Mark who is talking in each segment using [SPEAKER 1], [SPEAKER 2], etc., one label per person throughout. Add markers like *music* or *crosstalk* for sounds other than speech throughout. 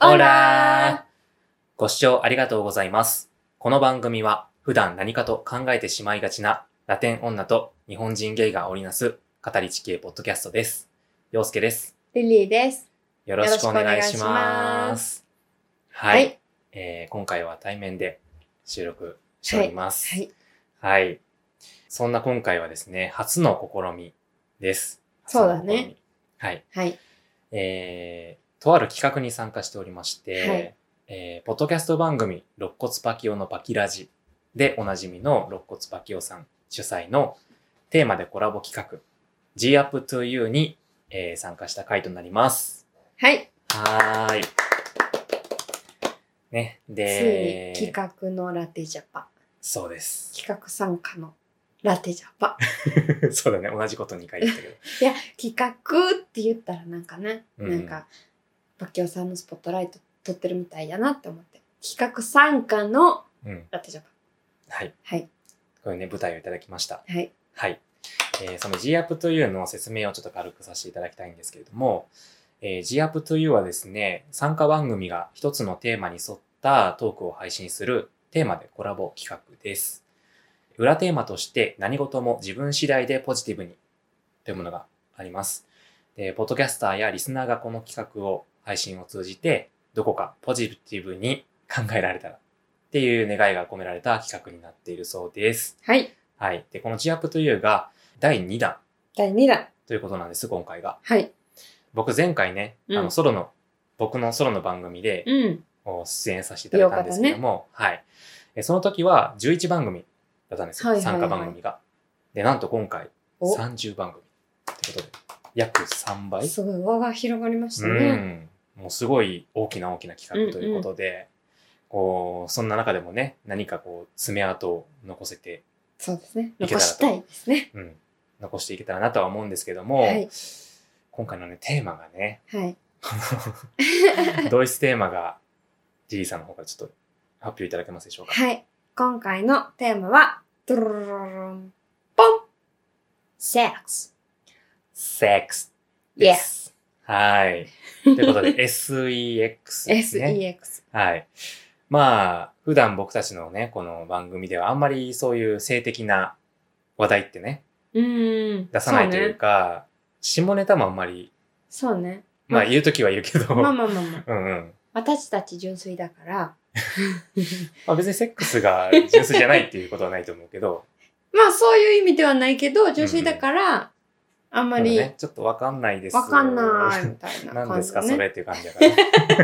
[SPEAKER 1] オラご視聴ありがとうございます。この番組は普段何かと考えてしまいがちなラテン女と日本人ゲイが織りなす語り地形ポッドキャストです。陽介です。
[SPEAKER 2] リリーです。
[SPEAKER 1] よろしくお願いし
[SPEAKER 2] よろしくお願いし
[SPEAKER 1] ま。
[SPEAKER 2] ますは
[SPEAKER 1] はい、
[SPEAKER 2] い。
[SPEAKER 1] えー今回は対面で収録しております。
[SPEAKER 2] はい。
[SPEAKER 1] はい。そんな今回はですね、初の試みです。
[SPEAKER 2] そうだね
[SPEAKER 1] 初の試み。はい。
[SPEAKER 2] はい。
[SPEAKER 1] えーとある企画に参加しておりまして、
[SPEAKER 2] はい
[SPEAKER 1] えーポッドキャスト番組、肋骨パキオのパキラジでおなじみの肋骨パキオさん主催のテーマでコラボ企画、G-Up2U に、えー参加した回となります。
[SPEAKER 2] はい。
[SPEAKER 1] はーい。ね、で、
[SPEAKER 2] ついに企画のラテジャパ。
[SPEAKER 1] *laughs* そうです。 *laughs*
[SPEAKER 2] 企画参加のラテジャパ。
[SPEAKER 1] そうだね、同じこと2回言ったけど。
[SPEAKER 2] いや、企画って言ったらなんかね、
[SPEAKER 1] うん
[SPEAKER 2] なんか、パキオさんのスポットライト撮ってるみたいやなって思って。企画参加の
[SPEAKER 1] うん、
[SPEAKER 2] ラテジャパ。
[SPEAKER 1] はい。
[SPEAKER 2] はい。
[SPEAKER 1] これね、舞台をいただきました。
[SPEAKER 2] はい。
[SPEAKER 1] はい。えーその GUP というのを説明をちょっと軽くさせていただきたいんですけれども、えー、GUP というはですね、参加番組が一つのテーマに沿ったトークを配信するテーマでコラボ企画です。裏テーマとして何事も自分次第でポジティブにというものがあります。で、ポッドキャスターやリスナーがこの企画を配信を通じてどこかポジティブに考えられたらっていう願いが込められた企画になっているそうです。
[SPEAKER 2] はい。
[SPEAKER 1] はい。で、この G アップというが、第2弾
[SPEAKER 2] 第2弾。
[SPEAKER 1] ということなんです、今回が。
[SPEAKER 2] はい。
[SPEAKER 1] 僕、前回ね、
[SPEAKER 2] うん
[SPEAKER 1] あの、ソロの、僕のソロの番組で、
[SPEAKER 2] うん。
[SPEAKER 1] お出演させていただいたんですけども、はい。えその時は、11番組だったんですよ、
[SPEAKER 2] はいはいはい
[SPEAKER 1] 参加番組が。で、なんと今回、
[SPEAKER 2] お、
[SPEAKER 1] 30番組。ってことで、約3倍。
[SPEAKER 2] すごい輪が広がりました
[SPEAKER 1] う
[SPEAKER 2] ね。
[SPEAKER 1] ん。もうすごい大きな大きな企画ということで、こう、そんな中でもね、何かこう、爪痕を残せて
[SPEAKER 2] そうですね。
[SPEAKER 1] いけ
[SPEAKER 2] 残
[SPEAKER 1] たらと
[SPEAKER 2] したいですね。
[SPEAKER 1] うん、残していけたらなとは思うんですけども、
[SPEAKER 2] はい
[SPEAKER 1] 今回のね、テーマが
[SPEAKER 2] *laughs*
[SPEAKER 1] ね、
[SPEAKER 2] はい。
[SPEAKER 1] 同一テーマが、ジリーさんの方からちょっと発表いただけますでしょうか。
[SPEAKER 2] はい。今回のテーマは、ドロロロロン、ポンセックス。
[SPEAKER 1] セックス
[SPEAKER 2] Yeah
[SPEAKER 1] です。はい。ということで、SEX ですね。
[SPEAKER 2] SEX。
[SPEAKER 1] はい。まあ、普段僕たちのね、この番組ではあんまりそういう性的な話題ってね、
[SPEAKER 2] うーん。
[SPEAKER 1] 出さないというか、下ネタもあんまり、
[SPEAKER 2] そうね。そうね。
[SPEAKER 1] まあ
[SPEAKER 2] まあ
[SPEAKER 1] 言うときは言うけど、
[SPEAKER 2] まあまあまあまあ。
[SPEAKER 1] うんうん。
[SPEAKER 2] 私たち純粋だから。
[SPEAKER 1] まあ別にセックスが純粋じゃないっていうことはないと思うけど、
[SPEAKER 2] まあそういう意味ではないけど、純粋だから、あんま
[SPEAKER 1] なん
[SPEAKER 2] り
[SPEAKER 1] かね、ちょっとわかんないです。
[SPEAKER 2] わかんない
[SPEAKER 1] *laughs*
[SPEAKER 2] みたいな
[SPEAKER 1] 何
[SPEAKER 2] 感
[SPEAKER 1] で
[SPEAKER 2] じ
[SPEAKER 1] すか、
[SPEAKER 2] で
[SPEAKER 1] そ
[SPEAKER 2] ね。
[SPEAKER 1] れっていう感じだか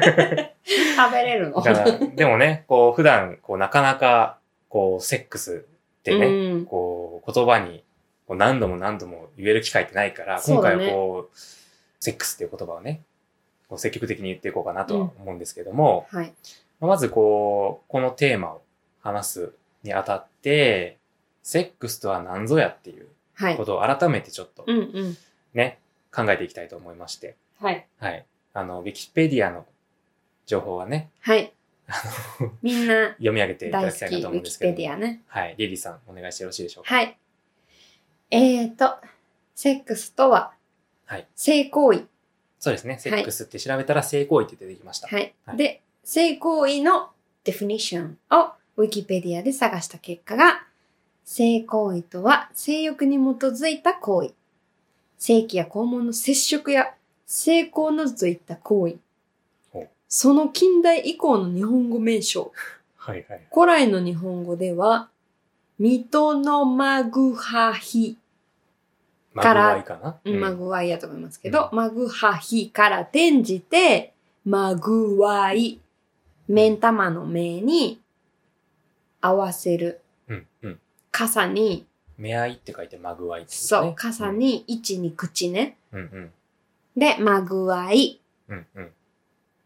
[SPEAKER 1] ら。
[SPEAKER 2] *laughs* 食べれるの。
[SPEAKER 1] だからでもね、こう、普段、こう、なかなか、こう、セックスってね、
[SPEAKER 2] うん。
[SPEAKER 1] こう、言葉に、こう、何度も何度も言える機会ってないから、
[SPEAKER 2] そ
[SPEAKER 1] 今
[SPEAKER 2] うだ
[SPEAKER 1] 回
[SPEAKER 2] ね
[SPEAKER 1] はこう、セックスっていう言葉をね、こう積極的に言っていこうかなとは思うんですけども、
[SPEAKER 2] はい。
[SPEAKER 1] まあまずこう、このテーマを話すにあたって、セックスとは何ぞやっていう
[SPEAKER 2] はい
[SPEAKER 1] こ。とを改めてちょっと
[SPEAKER 2] うんうん。
[SPEAKER 1] ね、考えていきたいと思いまして。
[SPEAKER 2] はい。
[SPEAKER 1] はい。あの、ウィキペディアの情報はね、
[SPEAKER 2] はい。
[SPEAKER 1] あの、
[SPEAKER 2] みんな
[SPEAKER 1] 読み上げていた
[SPEAKER 2] 大
[SPEAKER 1] だ
[SPEAKER 2] 好
[SPEAKER 1] き
[SPEAKER 2] き、
[SPEAKER 1] た
[SPEAKER 2] ウ
[SPEAKER 1] いなと思う
[SPEAKER 2] ィ
[SPEAKER 1] んで
[SPEAKER 2] キ
[SPEAKER 1] すけ
[SPEAKER 2] ペ
[SPEAKER 1] ども。
[SPEAKER 2] ディアね。
[SPEAKER 1] はい。リリーさん、お願いしてよろしいでしょうか。
[SPEAKER 2] はい。えーと、セックスとは、
[SPEAKER 1] はい
[SPEAKER 2] 性行為。
[SPEAKER 1] そうですね。セックスって調べたら性行為って出てきました。
[SPEAKER 2] はい。
[SPEAKER 1] はい
[SPEAKER 2] で、性行為のデフィニッションをウィキペディアで探した結果が、性行為とは性欲に基づいた行為。性器や肛門の接触や性交などといった行為
[SPEAKER 1] ほう。
[SPEAKER 2] その近代以降の日本語名称。
[SPEAKER 1] はい、はい。
[SPEAKER 2] 古来の日本語では、ミトノマグハヒ
[SPEAKER 1] マ
[SPEAKER 2] か
[SPEAKER 1] グ
[SPEAKER 2] ら
[SPEAKER 1] ワイかな、
[SPEAKER 2] マグワイやと思いますけど、マグハヒから転じて、マグワイ、目ん玉の目に合わせる。
[SPEAKER 1] うん。うん。
[SPEAKER 2] 傘に、
[SPEAKER 1] 目合いって書いてマグワイってこと
[SPEAKER 2] そ
[SPEAKER 1] ね
[SPEAKER 2] う、傘。に、位置に口ね。
[SPEAKER 1] うんうん。
[SPEAKER 2] で、マグワイ、
[SPEAKER 1] うん
[SPEAKER 2] *laughs*
[SPEAKER 1] うん。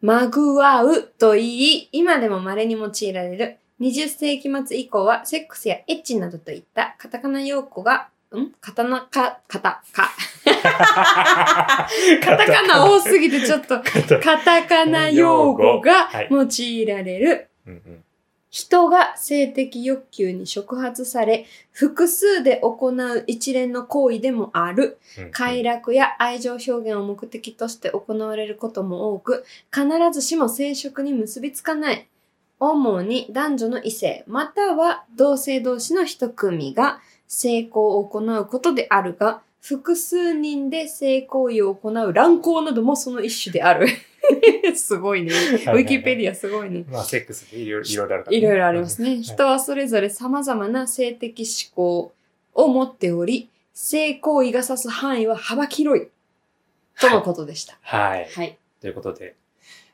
[SPEAKER 2] マグワウと言い、今でも稀に用いられる。20世紀末以降は、セックスやエッチなどといったカタカナ用語が、んカタナ、カ、カタ、カ。カタカナ多すぎ
[SPEAKER 1] *laughs*
[SPEAKER 2] てちょっと
[SPEAKER 1] カタ
[SPEAKER 2] カタカナ用語が
[SPEAKER 1] はい
[SPEAKER 2] 用いられる
[SPEAKER 1] うんうん。
[SPEAKER 2] 人が性的欲求に触発され、複数で行う一連の行為でもある。
[SPEAKER 1] うん
[SPEAKER 2] 快楽や愛情表現を目的として行われることも多く、必ずしも生殖に結びつかない。主に男女の異性、または同性同士の一組が性交を行うことであるが、複数人で性行為を行う乱行などもその一種である。 *laughs* すごいね。ウィキペディアすごいね。
[SPEAKER 1] まあ、セックスっていろいろいろいろあるから、
[SPEAKER 2] いろいろあります
[SPEAKER 1] ね。
[SPEAKER 2] ね。人はそれぞれ様々な性的思考を持っており、性行為が指す範囲は幅広い。とのことでした。
[SPEAKER 1] はい。
[SPEAKER 2] はい。
[SPEAKER 1] ということで、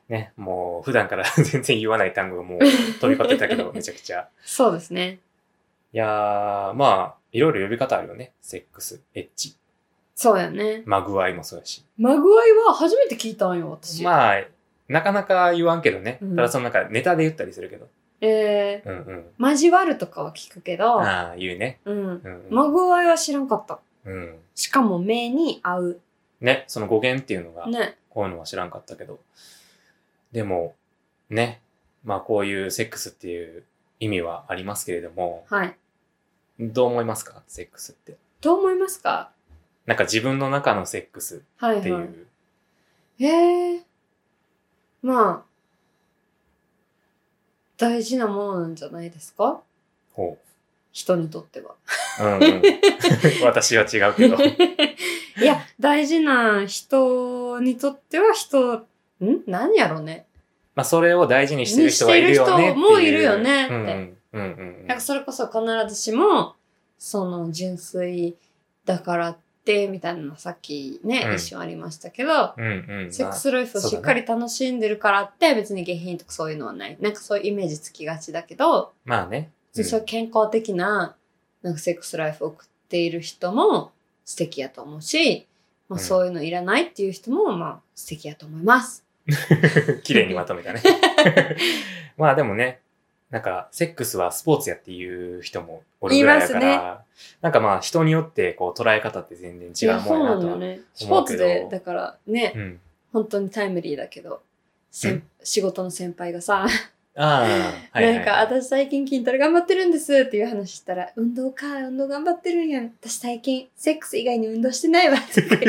[SPEAKER 1] ね、もう普段から *laughs* 全然言わない単語がもう飛び交ってたけど、めちゃくちゃ。
[SPEAKER 2] *laughs* そうですね。
[SPEAKER 1] いやー、まあ、いろいろ呼び方あるよね。セックス、エッチ、
[SPEAKER 2] そうやね。
[SPEAKER 1] まぐわいもそうだし。
[SPEAKER 2] まぐわいは初めて聞いたんよ、私。
[SPEAKER 1] まあ、なかなか言わんけどね。
[SPEAKER 2] うん
[SPEAKER 1] ただそのなんかネタで言ったりするけど。
[SPEAKER 2] え
[SPEAKER 1] うんうん。
[SPEAKER 2] ー、交わるとかは聞くけど、
[SPEAKER 1] ああ、言うね。
[SPEAKER 2] うん。
[SPEAKER 1] うん、う
[SPEAKER 2] ま
[SPEAKER 1] ん。
[SPEAKER 2] ぐわいは知らんかった。
[SPEAKER 1] うん。
[SPEAKER 2] しかも目に合う。
[SPEAKER 1] ね、その語源っていうのが、
[SPEAKER 2] ね。
[SPEAKER 1] こういうのは知らんかったけど。でも、ね、まあこういうセックスっていう意味はありますけれども、
[SPEAKER 2] はい。
[SPEAKER 1] どう思いますかセックスって。
[SPEAKER 2] どう思いますか
[SPEAKER 1] なんか自分の中のセックス
[SPEAKER 2] はい
[SPEAKER 1] ってい
[SPEAKER 2] は
[SPEAKER 1] う。
[SPEAKER 2] い。えー、まあ、大事なものなんじゃないですか
[SPEAKER 1] ほ
[SPEAKER 2] 人にとって
[SPEAKER 1] *laughs*
[SPEAKER 2] は。
[SPEAKER 1] う。うん、うん。私は違うけど。
[SPEAKER 2] いや、大事な人にとっては人、ん何やろね。
[SPEAKER 1] まあそれを大事にしてる人はいるよねっていう。
[SPEAKER 2] にしてる人もいるよねって
[SPEAKER 1] うんうん。うんうん
[SPEAKER 2] なんかそれこそ必ずしも、その純粋だからって、みたいなのさっきね、
[SPEAKER 1] うん
[SPEAKER 2] 一瞬ありましたけど、
[SPEAKER 1] うんうん。
[SPEAKER 2] セックスライフをしっかり楽しんでるからって、別に下品とかそういうのはない。なんかそういうイメージつきがちだけど、
[SPEAKER 1] まあ、まあね。
[SPEAKER 2] 実際
[SPEAKER 1] うん
[SPEAKER 2] 健康的な、なんかセックスライフを送っている人も素敵やと思うし、まあ
[SPEAKER 1] うん
[SPEAKER 2] そういうのいらないっていう人も、まあ素敵やと思います。
[SPEAKER 1] *laughs* 綺麗にまとめたね。まあでもね、なんか、セックスはスポーツやっていう人もおるぐらいだか
[SPEAKER 2] いま
[SPEAKER 1] ら、なんかまあ人によってこう捉え方って全然違うもんやなと
[SPEAKER 2] いやそうな
[SPEAKER 1] は。
[SPEAKER 2] のよね。スポ
[SPEAKER 1] 思
[SPEAKER 2] ー
[SPEAKER 1] うけ
[SPEAKER 2] ツ
[SPEAKER 1] ど
[SPEAKER 2] で、だからね、
[SPEAKER 1] うん。
[SPEAKER 2] 本当にタイムリーだけど、せ
[SPEAKER 1] うん
[SPEAKER 2] ん仕事の先輩がさ、
[SPEAKER 1] ああ、はい、はい。
[SPEAKER 2] なんか、私最近筋トレ頑張ってるんですっていう話したら、運動か、運動頑張ってるんや。私最近、セックス以外に運動してない
[SPEAKER 1] *laughs*
[SPEAKER 2] わって言って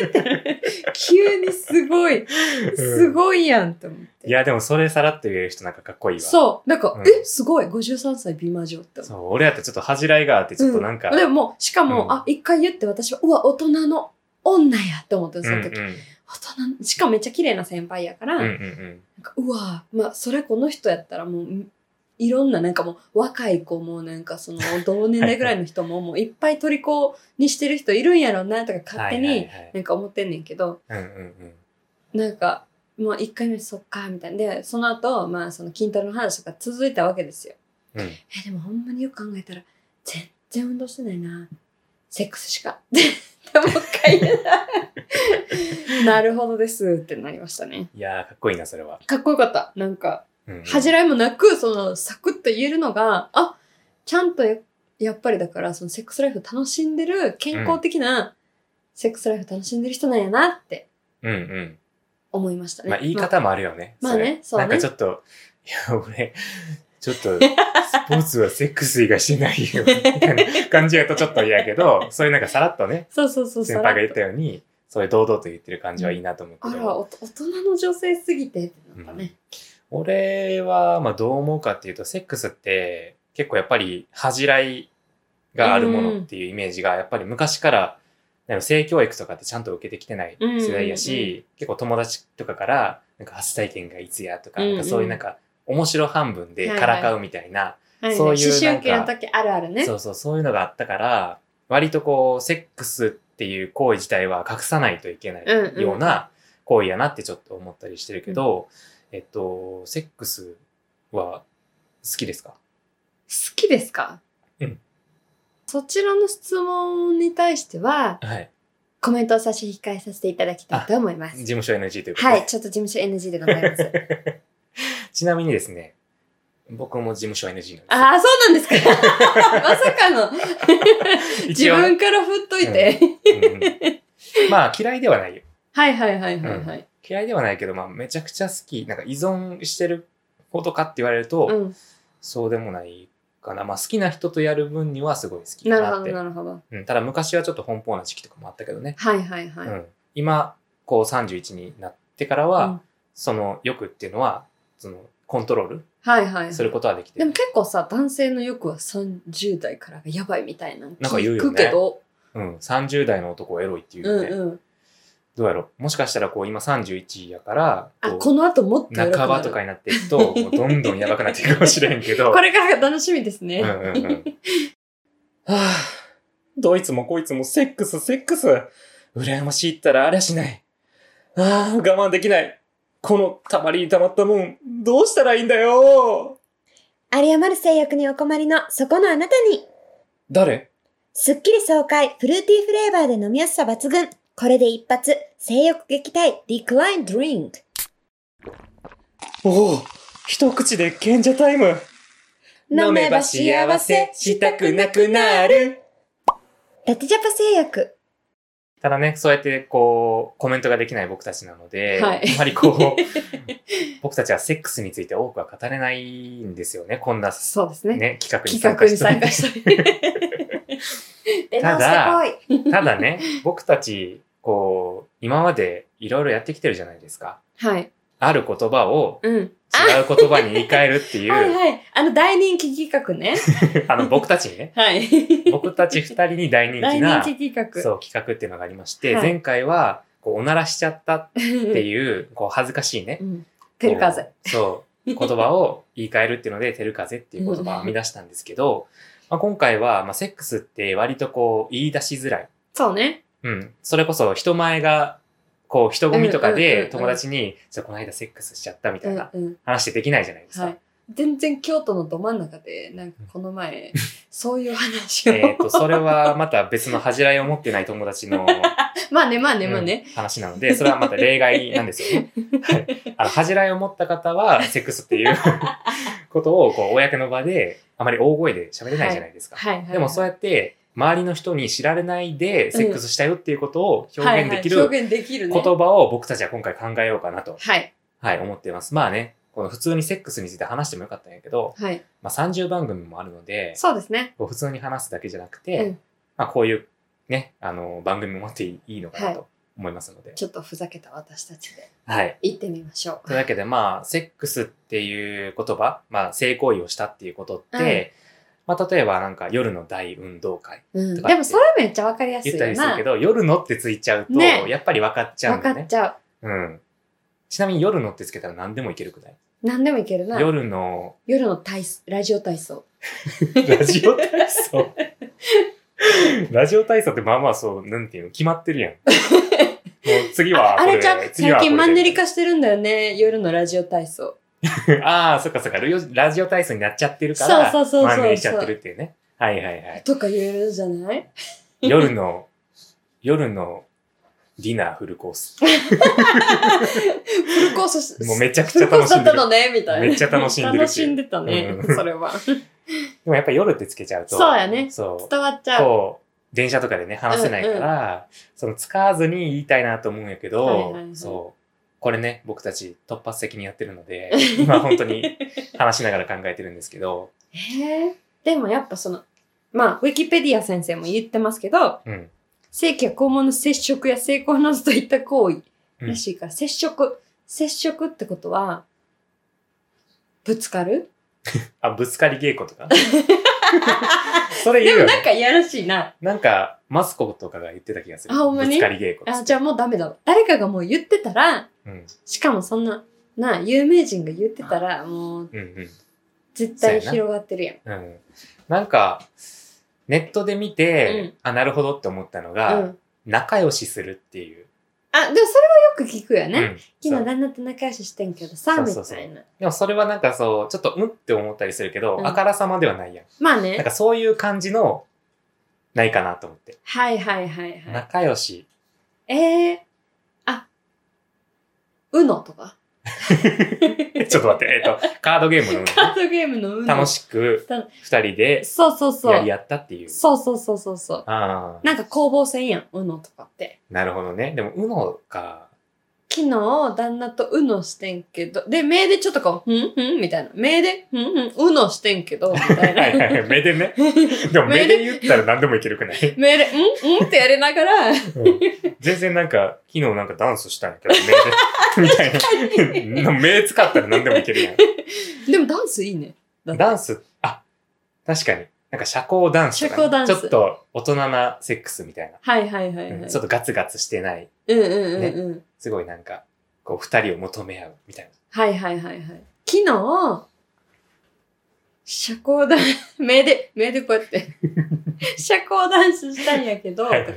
[SPEAKER 2] えってなる急にすごい、すごいやんと思って。
[SPEAKER 1] いや、でもそれさらっと言える人なんかかっこいいわ。う。
[SPEAKER 2] そう。なんか、
[SPEAKER 1] うん
[SPEAKER 2] え、すごい、53歳美魔女って思う。
[SPEAKER 1] そう、俺やったらちょっと恥じらいがあって、ちょっとなんか、
[SPEAKER 2] うでももう、しかも、
[SPEAKER 1] うん
[SPEAKER 2] あ、一回言って私は、うわ、大人の女やって思って
[SPEAKER 1] うん
[SPEAKER 2] その時。
[SPEAKER 1] うん
[SPEAKER 2] 大人の、しかもめっちゃ綺麗な先輩やから、
[SPEAKER 1] うんうん
[SPEAKER 2] なんかうわぁまあ、それこの人やったらもう、んいろんななんかもう若い子もなんかその同年代ぐらいの人ももういっぱい虜にしてる人いるんやろうなとか勝手
[SPEAKER 1] *laughs* はい
[SPEAKER 2] に
[SPEAKER 1] はい
[SPEAKER 2] なんか思ってんねんけど、
[SPEAKER 1] はいうんうん
[SPEAKER 2] なんかもう一回目そっかみたいな。で、その後、まあその筋トレの話とか続いたわけですよ。
[SPEAKER 1] うんうん。
[SPEAKER 2] え、でもほんまによく考えたら全然運動してないな。セックスしか。 *laughs* ってもう一回言う
[SPEAKER 1] *laughs*
[SPEAKER 2] な。なるほどですってなりましたね。
[SPEAKER 1] いやー、かっこいいな、それは。
[SPEAKER 2] かっこよかった。なんか
[SPEAKER 1] うんうん
[SPEAKER 2] 恥じらいもなく、その、サクッと言えるのが、あ、ちゃんとややっぱりだから、そのセックスライフを楽しんでる、健康的なセックスライフを楽しんでる人なんやなって
[SPEAKER 1] うんうん。
[SPEAKER 2] 思いましたね。
[SPEAKER 1] まあ言い方もあるよね。
[SPEAKER 2] まあまあねそうね
[SPEAKER 1] なんかちょっと、いや、俺、ちょっ
[SPEAKER 2] *laughs*
[SPEAKER 1] と、スポーツはセックス以外しないよ、みたいな感じやとちょっと嫌やけど、そういうなんかさらっと
[SPEAKER 2] ま
[SPEAKER 1] ね、
[SPEAKER 2] あそうそうそう。
[SPEAKER 1] 先輩が言った
[SPEAKER 2] よ。
[SPEAKER 1] ように、そういう堂々と言ってる感じはいいなと思う
[SPEAKER 2] あ
[SPEAKER 1] け
[SPEAKER 2] ら、
[SPEAKER 1] ど、
[SPEAKER 2] お大人の女性すぎてってなったね。
[SPEAKER 1] 俺は、まあどう思うかっていうと、セックスって結構やっぱり恥じらいがあるものっていうイメージが、やっぱり昔から、なんか性教育とかってちゃんと受けてきてない世代や
[SPEAKER 2] うんうん
[SPEAKER 1] し、結構友達とかから、なんか初体験がいつやとか、
[SPEAKER 2] うんうん
[SPEAKER 1] なんかそういうなんか、面白半分でからかうみたいな、
[SPEAKER 2] はい
[SPEAKER 1] そういう
[SPEAKER 2] 思
[SPEAKER 1] なん
[SPEAKER 2] 春
[SPEAKER 1] か
[SPEAKER 2] 期の時あるあるね。
[SPEAKER 1] そうそう、そういうのがあったから、割とこう、セックスっていう行為自体は隠さないといけな
[SPEAKER 2] うんうん
[SPEAKER 1] いような行為やなってちょっと思ったりしてるけど、えっと、セックスは好きですか
[SPEAKER 2] 好きですか
[SPEAKER 1] うん。
[SPEAKER 2] そちらの質問に対しては、
[SPEAKER 1] はい。
[SPEAKER 2] コメントを差し控えさせていただきたいと思いま
[SPEAKER 1] 事
[SPEAKER 2] す。
[SPEAKER 1] 務所 NG ということで。
[SPEAKER 2] はい、ちょっと事務所 NG でござ
[SPEAKER 1] *laughs*
[SPEAKER 2] います。
[SPEAKER 1] ちなみにですね、僕も事務所 NG なん
[SPEAKER 2] ああ、そうなんですか。
[SPEAKER 1] *laughs*
[SPEAKER 2] まさかの。
[SPEAKER 1] です
[SPEAKER 2] 自
[SPEAKER 1] 一応ね
[SPEAKER 2] 分から振っといて。
[SPEAKER 1] うんうんまあ嫌いではないよ。
[SPEAKER 2] はいはいはいはいはい。
[SPEAKER 1] 嫌いではないけど、まあめちゃくちゃ好き。なんか依存してることかって言われると、
[SPEAKER 2] うん。
[SPEAKER 1] そうでもないかな。まあ好きな人とやる分にはすごい好き
[SPEAKER 2] な
[SPEAKER 1] か
[SPEAKER 2] る
[SPEAKER 1] な
[SPEAKER 2] ほ
[SPEAKER 1] っ
[SPEAKER 2] ど、
[SPEAKER 1] て。
[SPEAKER 2] なるほど。
[SPEAKER 1] うん、ただ昔はちょっと奔放な時期とかもあったけどね。
[SPEAKER 2] はいはいはい。
[SPEAKER 1] うん、今、こう31になってからは、
[SPEAKER 2] うん
[SPEAKER 1] その欲っていうのは、そのコントロール
[SPEAKER 2] はいはい。
[SPEAKER 1] することはできて
[SPEAKER 2] で
[SPEAKER 1] る。
[SPEAKER 2] も結構さ、男性の欲は30代からがやばいみたいなの
[SPEAKER 1] なんか言う
[SPEAKER 2] 聞
[SPEAKER 1] よね
[SPEAKER 2] くけど、
[SPEAKER 1] うん、30代の男はエロいっていう
[SPEAKER 2] う
[SPEAKER 1] よ
[SPEAKER 2] ん
[SPEAKER 1] ね。
[SPEAKER 2] うん。
[SPEAKER 1] どうやろうもしかしたらこう今31やから、
[SPEAKER 2] あ、
[SPEAKER 1] こ
[SPEAKER 2] この後もっ
[SPEAKER 1] う
[SPEAKER 2] とやばくな
[SPEAKER 1] 半
[SPEAKER 2] る
[SPEAKER 1] ばとかになっていくと、もうどんどんやばくなっていくかもしれんけど。
[SPEAKER 2] これからが楽しみですね。
[SPEAKER 1] うんうんうん。はあ、どいつもこいつもセックスセックス。羨ましいったらありゃしない。ああ、我慢できない。このたまりにたまったもん、どうしたらいいんだよ。
[SPEAKER 2] 有り余る性欲にお困りのそこのあなたに、
[SPEAKER 1] 誰
[SPEAKER 2] すっきり爽快、フルーティーフレーバーで飲みやすさ抜群。これで一発、性欲撃退、リクラインドリンク。
[SPEAKER 1] おお、一口で賢者タイム。くなる。
[SPEAKER 2] ラテジャパ製薬。
[SPEAKER 1] ただね、そうやってこう、コメントができない僕たちなので、
[SPEAKER 2] はい
[SPEAKER 1] あまり *laughs* こう、僕たちはセックスについて多くは語れないんですよね、こんな
[SPEAKER 2] そうですね。
[SPEAKER 1] ね、企画に
[SPEAKER 2] 企
[SPEAKER 1] 参
[SPEAKER 2] 画
[SPEAKER 1] 加し
[SPEAKER 2] に
[SPEAKER 1] て
[SPEAKER 2] 参加
[SPEAKER 1] *laughs*
[SPEAKER 2] したい。出
[SPEAKER 1] ただ
[SPEAKER 2] 直してこい。
[SPEAKER 1] ただね、僕たち、こう、今までいろいろやってきてるじゃないですか。
[SPEAKER 2] はい。
[SPEAKER 1] ある言葉を
[SPEAKER 2] うん。
[SPEAKER 1] 違う言葉に言い換えるってい、
[SPEAKER 2] はいうはい。あの大人気企画ね。
[SPEAKER 1] あの、僕たちにね、
[SPEAKER 2] はい。
[SPEAKER 1] 僕たち二人に大人気
[SPEAKER 2] 大
[SPEAKER 1] な、
[SPEAKER 2] 人気企画。
[SPEAKER 1] そう、企画っていうのがありまして、
[SPEAKER 2] はい
[SPEAKER 1] 前回は、こう、おならしちゃったっ
[SPEAKER 2] う
[SPEAKER 1] て
[SPEAKER 2] ん。
[SPEAKER 1] いう、こう、恥ずかしいね。
[SPEAKER 2] うん。テルカゼ。
[SPEAKER 1] こう。そう、言葉を言い換えるっていうので、てる風っていう言葉を編み出したんですけど、まあ、今回は、まあ、セックスって割とこう、言い出しづらい。
[SPEAKER 2] そうね。
[SPEAKER 1] うん。それこそ人前が、こう人混みと
[SPEAKER 2] う
[SPEAKER 1] か
[SPEAKER 2] んうんうん
[SPEAKER 1] で
[SPEAKER 2] うん
[SPEAKER 1] 友達に、じゃこの間セックスしちゃったみた
[SPEAKER 2] う
[SPEAKER 1] い
[SPEAKER 2] ん
[SPEAKER 1] な
[SPEAKER 2] うん。
[SPEAKER 1] 話ってできないじゃないですか。
[SPEAKER 2] はい。全然京都のど真ん中で、なんかこの前、そういう話を。
[SPEAKER 1] えっと、それはまた別の恥じらいを持ってない友
[SPEAKER 2] *laughs*
[SPEAKER 1] 達の、
[SPEAKER 2] まあね、まあね、
[SPEAKER 1] うん
[SPEAKER 2] まあね。
[SPEAKER 1] 話なので、それはまた例外なんで
[SPEAKER 2] *laughs*
[SPEAKER 1] すよね。はい。あの、恥じらいを持った方は、セックスっていう
[SPEAKER 2] *laughs*
[SPEAKER 1] ことを、こう、公の場で、あまり大声で喋れないじゃないですか。
[SPEAKER 2] はいはいはい。
[SPEAKER 1] でもそう
[SPEAKER 2] う
[SPEAKER 1] やって、周りの人に知られないで、セックスしたよっていうことを表現でき
[SPEAKER 2] はいは
[SPEAKER 1] る
[SPEAKER 2] い、表現できるね。
[SPEAKER 1] 言葉を僕たちは今回考えようかなと
[SPEAKER 2] はい。
[SPEAKER 1] はい、思っています。まあね、この普通にセックスについて話してもよかったんやけど、
[SPEAKER 2] はい。
[SPEAKER 1] まあ30番組もあるので、
[SPEAKER 2] そうですね。
[SPEAKER 1] こう普通に話すだけじゃなくて、
[SPEAKER 2] うん
[SPEAKER 1] まあこういうね、あの、番組も持っていいのかな
[SPEAKER 2] は
[SPEAKER 1] と思いますので。
[SPEAKER 2] ちょっとふざけた私たちで
[SPEAKER 1] はい。
[SPEAKER 2] 行ってみましょう
[SPEAKER 1] という。わけでまあ、セックスっていう言葉、まあ性行為をしたっていうことって、まあ例えばなんか夜の大運動会
[SPEAKER 2] うん。
[SPEAKER 1] とか
[SPEAKER 2] でもそれめっちゃわかりやす
[SPEAKER 1] 言っ
[SPEAKER 2] い
[SPEAKER 1] た
[SPEAKER 2] よ
[SPEAKER 1] りする
[SPEAKER 2] な
[SPEAKER 1] け。ど、夜のってついちゃうと、
[SPEAKER 2] ね
[SPEAKER 1] やっぱり分かっちゃう
[SPEAKER 2] わ
[SPEAKER 1] んだ
[SPEAKER 2] かっ
[SPEAKER 1] よね。
[SPEAKER 2] ちゃ。
[SPEAKER 1] うん。ちなみに夜のってつけたら何でもいけるくらいう
[SPEAKER 2] 何でもいけるな。
[SPEAKER 1] 夜の
[SPEAKER 2] 夜の体操、ラジオ体操。
[SPEAKER 1] *laughs* ラジオ体操ラジオ体操ってまあまあそう、なんていうの、決まってるやん。もう次は
[SPEAKER 2] あ
[SPEAKER 1] これ、
[SPEAKER 2] あれちゃん、
[SPEAKER 1] 次は
[SPEAKER 2] 最
[SPEAKER 1] これ
[SPEAKER 2] 近マンネリ化してるんだよね。夜のラジオ体操。
[SPEAKER 1] *laughs* ああ、そっかそっか、ラジオ体操になっちゃってるから、
[SPEAKER 2] そうそうそうそう
[SPEAKER 1] マンネリしちゃってるっていうね。はいはいはい。
[SPEAKER 2] とか言えるじゃない
[SPEAKER 1] 夜の、夜のディナーフルコ
[SPEAKER 2] *laughs*
[SPEAKER 1] ース。
[SPEAKER 2] フルコース、
[SPEAKER 1] もうめちゃく
[SPEAKER 2] フ
[SPEAKER 1] ちゃ
[SPEAKER 2] ルコー
[SPEAKER 1] 楽
[SPEAKER 2] スだっ
[SPEAKER 1] しんで
[SPEAKER 2] た
[SPEAKER 1] る。
[SPEAKER 2] のね、みたいな。
[SPEAKER 1] めっちゃ楽しんでるし
[SPEAKER 2] 楽しんでたね
[SPEAKER 1] う、ん
[SPEAKER 2] それは。
[SPEAKER 1] でもやっぱ夜ってつけちゃうと。
[SPEAKER 2] そうやね
[SPEAKER 1] そう。
[SPEAKER 2] 伝わっちゃう。
[SPEAKER 1] *laughs* こう、電車とかでね、話せないから、その使わずに言いたいなと思うんやけど、
[SPEAKER 2] はいはいはい
[SPEAKER 1] そう。これね、僕たち突発的にやってるの
[SPEAKER 2] *laughs*
[SPEAKER 1] で、今本当に話しながら考えてるんですけど、
[SPEAKER 2] へえ。でもやっぱその、まあ、ウィキペディア先生も言ってますけど、
[SPEAKER 1] うん。
[SPEAKER 2] 性器や肛門の接触や性交などといった行為らしいから、接触。接触ってことは、ぶつか
[SPEAKER 1] *laughs*
[SPEAKER 2] る
[SPEAKER 1] あ、ぶつかり稽古とかそれ言
[SPEAKER 2] で
[SPEAKER 1] う
[SPEAKER 2] も
[SPEAKER 1] よ
[SPEAKER 2] なん
[SPEAKER 1] ね。
[SPEAKER 2] かいやらしいな。
[SPEAKER 1] なんか、マスコとかが言ってた気がする。
[SPEAKER 2] あほんまに
[SPEAKER 1] ぶつかり稽古っつって
[SPEAKER 2] あ、じゃあもうダメだわ。誰かがもう言ってたら、
[SPEAKER 1] うん。
[SPEAKER 2] しかもそんな、なあ、有名人が言ってたら、もう、
[SPEAKER 1] うんうん。
[SPEAKER 2] 絶対広がってるやん。
[SPEAKER 1] うん。なんか、ネットで見て、
[SPEAKER 2] うん
[SPEAKER 1] あ、なるほどって思ったのが、
[SPEAKER 2] うん。
[SPEAKER 1] 仲良しするっていう。
[SPEAKER 2] あ、でもそれはよく聞くよ
[SPEAKER 1] う
[SPEAKER 2] ね。
[SPEAKER 1] ん
[SPEAKER 2] 昨日旦那と仲良ししてんけどさ、み
[SPEAKER 1] そう
[SPEAKER 2] た
[SPEAKER 1] そうそう
[SPEAKER 2] いな。
[SPEAKER 1] でもそれはなんかそう、ちょっとうんって思ったりするけど、
[SPEAKER 2] うん
[SPEAKER 1] あからさまではないやん。
[SPEAKER 2] まあ
[SPEAKER 1] なん
[SPEAKER 2] ね。
[SPEAKER 1] かそういう感じの、ないかなと思って。
[SPEAKER 2] はいはいはいはい。
[SPEAKER 1] 仲良し。
[SPEAKER 2] えー、あ、うのとか。
[SPEAKER 1] *laughs* *laughs* ちょっと待って、えっと、カードゲー
[SPEAKER 2] *laughs*
[SPEAKER 1] ムの、ね、
[SPEAKER 2] カードゲームのうの。
[SPEAKER 1] 楽しく
[SPEAKER 2] た、
[SPEAKER 1] 二人で
[SPEAKER 2] そうそうそ
[SPEAKER 1] や
[SPEAKER 2] う
[SPEAKER 1] り。合ったっていう。
[SPEAKER 2] そうそうそうそうそう。
[SPEAKER 1] ああ、
[SPEAKER 2] なんか攻防戦やん、うのとかって。
[SPEAKER 1] なるほどね。でも、うのか。
[SPEAKER 2] 聞昨日、旦那とうのしてんけど、で、目でちょっとこう、ふんふんみたいな。目で、ふんふん、うのしてんけ
[SPEAKER 1] *laughs*
[SPEAKER 2] ど、みたいな。
[SPEAKER 1] はいはいはい。目でね。でも目で言ったら何でもいけるくない
[SPEAKER 2] 目で、うんうんってやりなが
[SPEAKER 1] *laughs*
[SPEAKER 2] ら、
[SPEAKER 1] うん全然なんか、昨日なんかダンスしたんやけど、
[SPEAKER 2] *laughs*
[SPEAKER 1] 目で。みたいな。目使ったら何でもいけるやん。
[SPEAKER 2] でもダンスいいね。
[SPEAKER 1] ダンス、あ、確かに。なんか社交ダンスとか、
[SPEAKER 2] 社交ダンス
[SPEAKER 1] ちょっと大人なセックスみたいな。
[SPEAKER 2] はいはいはいはい。
[SPEAKER 1] うんちょっとガツガツしてない。
[SPEAKER 2] うんうんうんうん。
[SPEAKER 1] すごいなんか、こう、二人を求め合うみたい
[SPEAKER 2] はいはいはいはい。昨日、社交ダンス、目で、目でこうや
[SPEAKER 1] *laughs*
[SPEAKER 2] って、社交ダンスしたんやけど、
[SPEAKER 1] な。はいはい。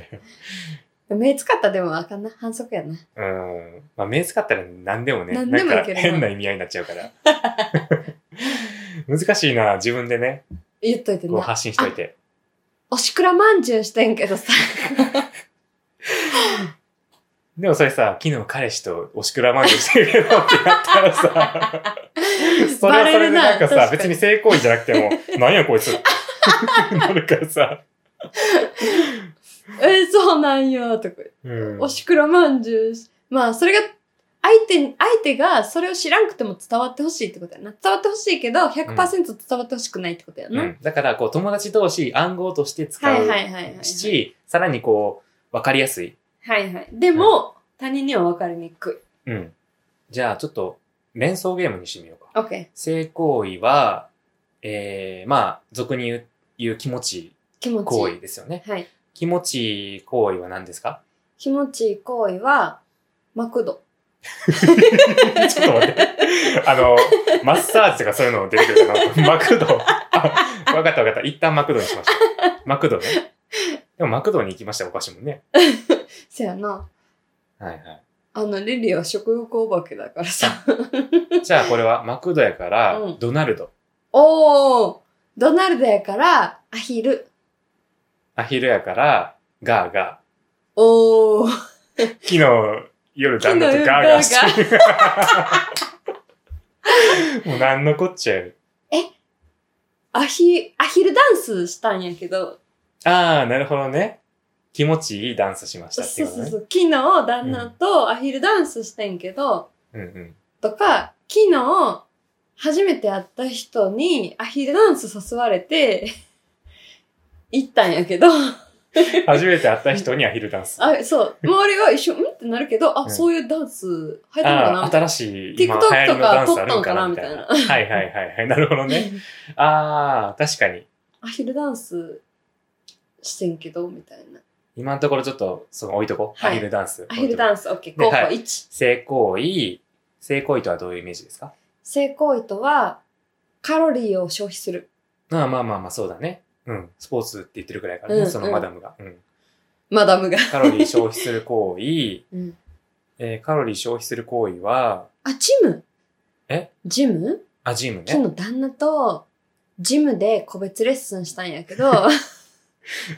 [SPEAKER 2] 目使ったらでもあかんな。反則やな。
[SPEAKER 1] うん。まあ、目使ったら何でもね、
[SPEAKER 2] 何でも
[SPEAKER 1] ないん
[SPEAKER 2] け
[SPEAKER 1] か
[SPEAKER 2] る
[SPEAKER 1] 変な意味合いになっちゃうから。 *laughs* 難しいな、自分でね、
[SPEAKER 2] 言っといて
[SPEAKER 1] こう
[SPEAKER 2] な。
[SPEAKER 1] 発信しといて。
[SPEAKER 2] おしくらまんじゅうしてんけどさ。 *laughs*
[SPEAKER 1] でもそれさ、昨日彼氏とおしくらまんじゅうしてるけどってなった
[SPEAKER 2] *laughs*
[SPEAKER 1] らさ、それはそれでな
[SPEAKER 2] バレるな
[SPEAKER 1] んかさ、
[SPEAKER 2] 確か
[SPEAKER 1] 別
[SPEAKER 2] に
[SPEAKER 1] に性行為じゃなくても、 *laughs* なんやこいつってなるからさ。
[SPEAKER 2] え、そうなんよ、とか。
[SPEAKER 1] うん。
[SPEAKER 2] おしくらまんじゅうし。まあ、それが、相手に、相手がそれを知らんくても伝わってほしいってことやな。伝わってほしいけど、100%伝わってほしくないってことや
[SPEAKER 1] う
[SPEAKER 2] な。
[SPEAKER 1] ん、だから、こう、友達同士暗号として使
[SPEAKER 2] はいうはいはいはい。
[SPEAKER 1] し、さらにこう、わかりやすい。
[SPEAKER 2] はいはい。でも、他人には分かりにくい。
[SPEAKER 1] うん。じゃあ、ちょっと、連想ゲームにしてみようか。
[SPEAKER 2] オッケ
[SPEAKER 1] 性行為は、えー、まあ、俗に言う言う気持ちいい
[SPEAKER 2] ー。気持ちいい。
[SPEAKER 1] 行為ですよね。
[SPEAKER 2] はい。
[SPEAKER 1] 気持ちいい行為は何ですか *laughs*
[SPEAKER 2] 気持ちいい行為は、マクド。
[SPEAKER 1] ちょっと待って。 *laughs* あの、マッサージとかそういうの出てくるかな。 *laughs* マクド。あわかったわかった。一旦マクドにしましょう。マクドね。でもマクドに行きましたらおかしいもんね。
[SPEAKER 2] せやな。
[SPEAKER 1] はいはい。
[SPEAKER 2] あの、リリーは食欲お化けだからさ。
[SPEAKER 1] じゃあこれはマクドやから
[SPEAKER 2] うん、
[SPEAKER 1] ドナルド。
[SPEAKER 2] おードナルドやから、アヒル。
[SPEAKER 1] アヒルやから、ガーガ
[SPEAKER 2] おー
[SPEAKER 1] ー。昨日、夜旦那とガーガーしてる。もう何のこっちゃよ。
[SPEAKER 2] *laughs* アヒ、アヒルダンスしたんやけど、
[SPEAKER 1] ああ、なるほどね。気持ちいいダンスしまし
[SPEAKER 2] そ
[SPEAKER 1] た
[SPEAKER 2] う
[SPEAKER 1] っ
[SPEAKER 2] そ
[SPEAKER 1] ていううことね。
[SPEAKER 2] そう。昨日、旦那とアヒルダンスしてんけど、
[SPEAKER 1] うんうん。
[SPEAKER 2] とか、昨日、初めて会った人にアヒルダンス誘われて、 *laughs* 行ったんやけど、
[SPEAKER 1] 初めて会った人にアヒルダンス。
[SPEAKER 2] あ、そう。周りは一緒、うんってなるけど、あ、
[SPEAKER 1] うん
[SPEAKER 2] そういうダンス入ってんのか
[SPEAKER 1] あ
[SPEAKER 2] な
[SPEAKER 1] あ、
[SPEAKER 2] みたいな
[SPEAKER 1] 新しい、今流行りのダンスあるんかな
[SPEAKER 2] TikTok
[SPEAKER 1] み
[SPEAKER 2] とか
[SPEAKER 1] たい
[SPEAKER 2] 撮
[SPEAKER 1] な。はいはいはいはい。なるほどね。ああ、確かに。
[SPEAKER 2] アヒルダンスしてんけど、みたいな。
[SPEAKER 1] 今のところちょっと、その置いとこ。
[SPEAKER 2] はい
[SPEAKER 1] アヒルダンス。
[SPEAKER 2] アヒル
[SPEAKER 1] ンス。
[SPEAKER 2] ダンス、オッケー、
[SPEAKER 1] ね
[SPEAKER 2] 候補
[SPEAKER 1] は
[SPEAKER 2] 1。
[SPEAKER 1] 性行為、性行為とはどういうイメージですか
[SPEAKER 2] 性行為とは、カロリーを消費する。
[SPEAKER 1] まあまあまあまあ、そうだね。うん。スポーツって言ってるくらいからね、
[SPEAKER 2] うん
[SPEAKER 1] そのマダムが。うん。
[SPEAKER 2] マダムが。
[SPEAKER 1] カロリー消費する行為、
[SPEAKER 2] *laughs* うん
[SPEAKER 1] えーカロリー消費する行為は、
[SPEAKER 2] *laughs* あ、ジム
[SPEAKER 1] え
[SPEAKER 2] ジム
[SPEAKER 1] あ、ジムね。
[SPEAKER 2] 昨日旦那と、ジムで個別レッスンしたんやけど、 *laughs*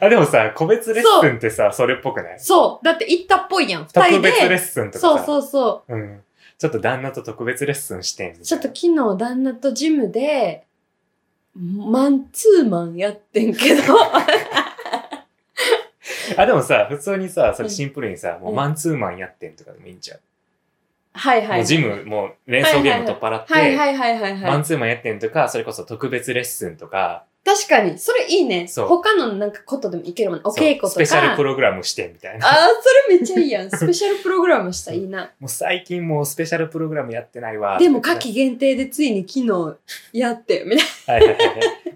[SPEAKER 1] あ、でもさ、個別レッスンってさ、それっぽくない
[SPEAKER 2] そうだって行ったっぽいやん、二
[SPEAKER 1] 特
[SPEAKER 2] 人で。
[SPEAKER 1] 別レッスンとかさ。
[SPEAKER 2] そうそうそう。
[SPEAKER 1] うん。ちょっと旦那と特別レッスンしてんみたいな。
[SPEAKER 2] ちょっと昨日旦那とジムで、マンツーマンやってん *laughs* けど、
[SPEAKER 1] あ、でもさ、普通にさ、それシンプルにさ、もうマンツーマンやってんとかでもいいんちゃう、
[SPEAKER 2] はいはい。
[SPEAKER 1] もうジム、もう連想ゲーム取っ払って、
[SPEAKER 2] はいはいはいはい
[SPEAKER 1] マ
[SPEAKER 2] は
[SPEAKER 1] ン
[SPEAKER 2] い。
[SPEAKER 1] ツーマンやってんとか、それこそ特別レッスンとか、
[SPEAKER 2] 確かに、それいいね。
[SPEAKER 1] そう
[SPEAKER 2] 他のなんかことでもいけるもんね。お稽古とか。
[SPEAKER 1] そうスペシャルプログラムしてみたいな。
[SPEAKER 2] ああ、それめっちゃいいやん。スペシャルプログラムしたらいい
[SPEAKER 1] *laughs*
[SPEAKER 2] な。
[SPEAKER 1] もう最近もうスペシャルプログラムやってないわ。
[SPEAKER 2] でも、
[SPEAKER 1] と
[SPEAKER 2] 夏
[SPEAKER 1] かね
[SPEAKER 2] 季限定でついに昨日やって、みたい
[SPEAKER 1] *laughs* はいはいは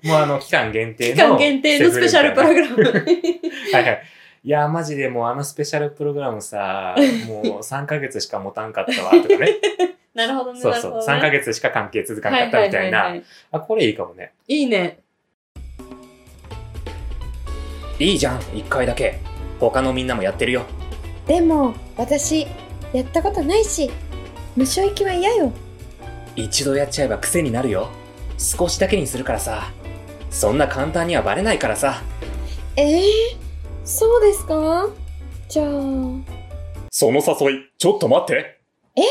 [SPEAKER 1] い。もうあの、期間限定の。
[SPEAKER 2] *laughs* な。期間限定のスペシャルプロ
[SPEAKER 1] ム。
[SPEAKER 2] グラム。
[SPEAKER 1] はいはい。いやー、マジでもうあのスペシャルプログラム
[SPEAKER 2] *laughs*
[SPEAKER 1] さ、もう3ヶ月しか持たんかったわ、とかね。
[SPEAKER 2] *laughs* なるほどね。
[SPEAKER 1] そうそう。3ヶ
[SPEAKER 2] 月
[SPEAKER 1] 月しか関係続かなかったみたいな。あ、これいいかもね。
[SPEAKER 2] いいね。
[SPEAKER 1] いいじゃん、1回だけ。他のみんなもやってるよ。
[SPEAKER 2] でも、私、やったことないし、無償行きは嫌よ。
[SPEAKER 1] 一度やっちゃえば癖になるよ。少しだけにするからさ。そんな簡単にはバレないからさ。
[SPEAKER 2] ええそうですかじゃあ、
[SPEAKER 1] その誘い、ちょっと待って。
[SPEAKER 2] え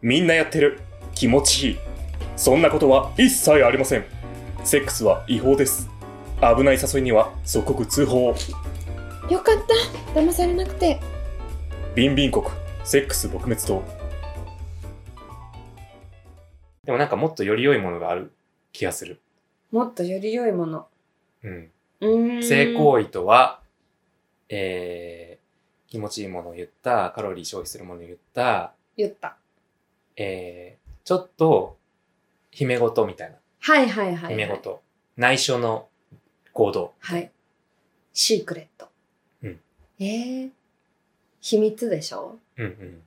[SPEAKER 1] みんなやってる。気持ちいい。そんなことは一切ありません。セックスは違法です。危ない誘いには即刻通報。
[SPEAKER 2] よかった。騙されなくて。
[SPEAKER 1] ビンビン国、セックス撲滅と。でもなんかもっとより良いものがある気がする。
[SPEAKER 2] もっとより良いもの。
[SPEAKER 1] うん。
[SPEAKER 2] うーん。
[SPEAKER 1] 性行為とは、えー、気持ちいいものを言った、カロリー消費するものを言った、
[SPEAKER 2] 言った。
[SPEAKER 1] えー、ちょっと、姫ごとみたい
[SPEAKER 2] はいはいは
[SPEAKER 1] な。
[SPEAKER 2] い、は
[SPEAKER 1] 姫ご
[SPEAKER 2] い。
[SPEAKER 1] と。内緒の行動。
[SPEAKER 2] はい。シークレット。
[SPEAKER 1] うん。
[SPEAKER 2] えー、秘密でしょ
[SPEAKER 1] うん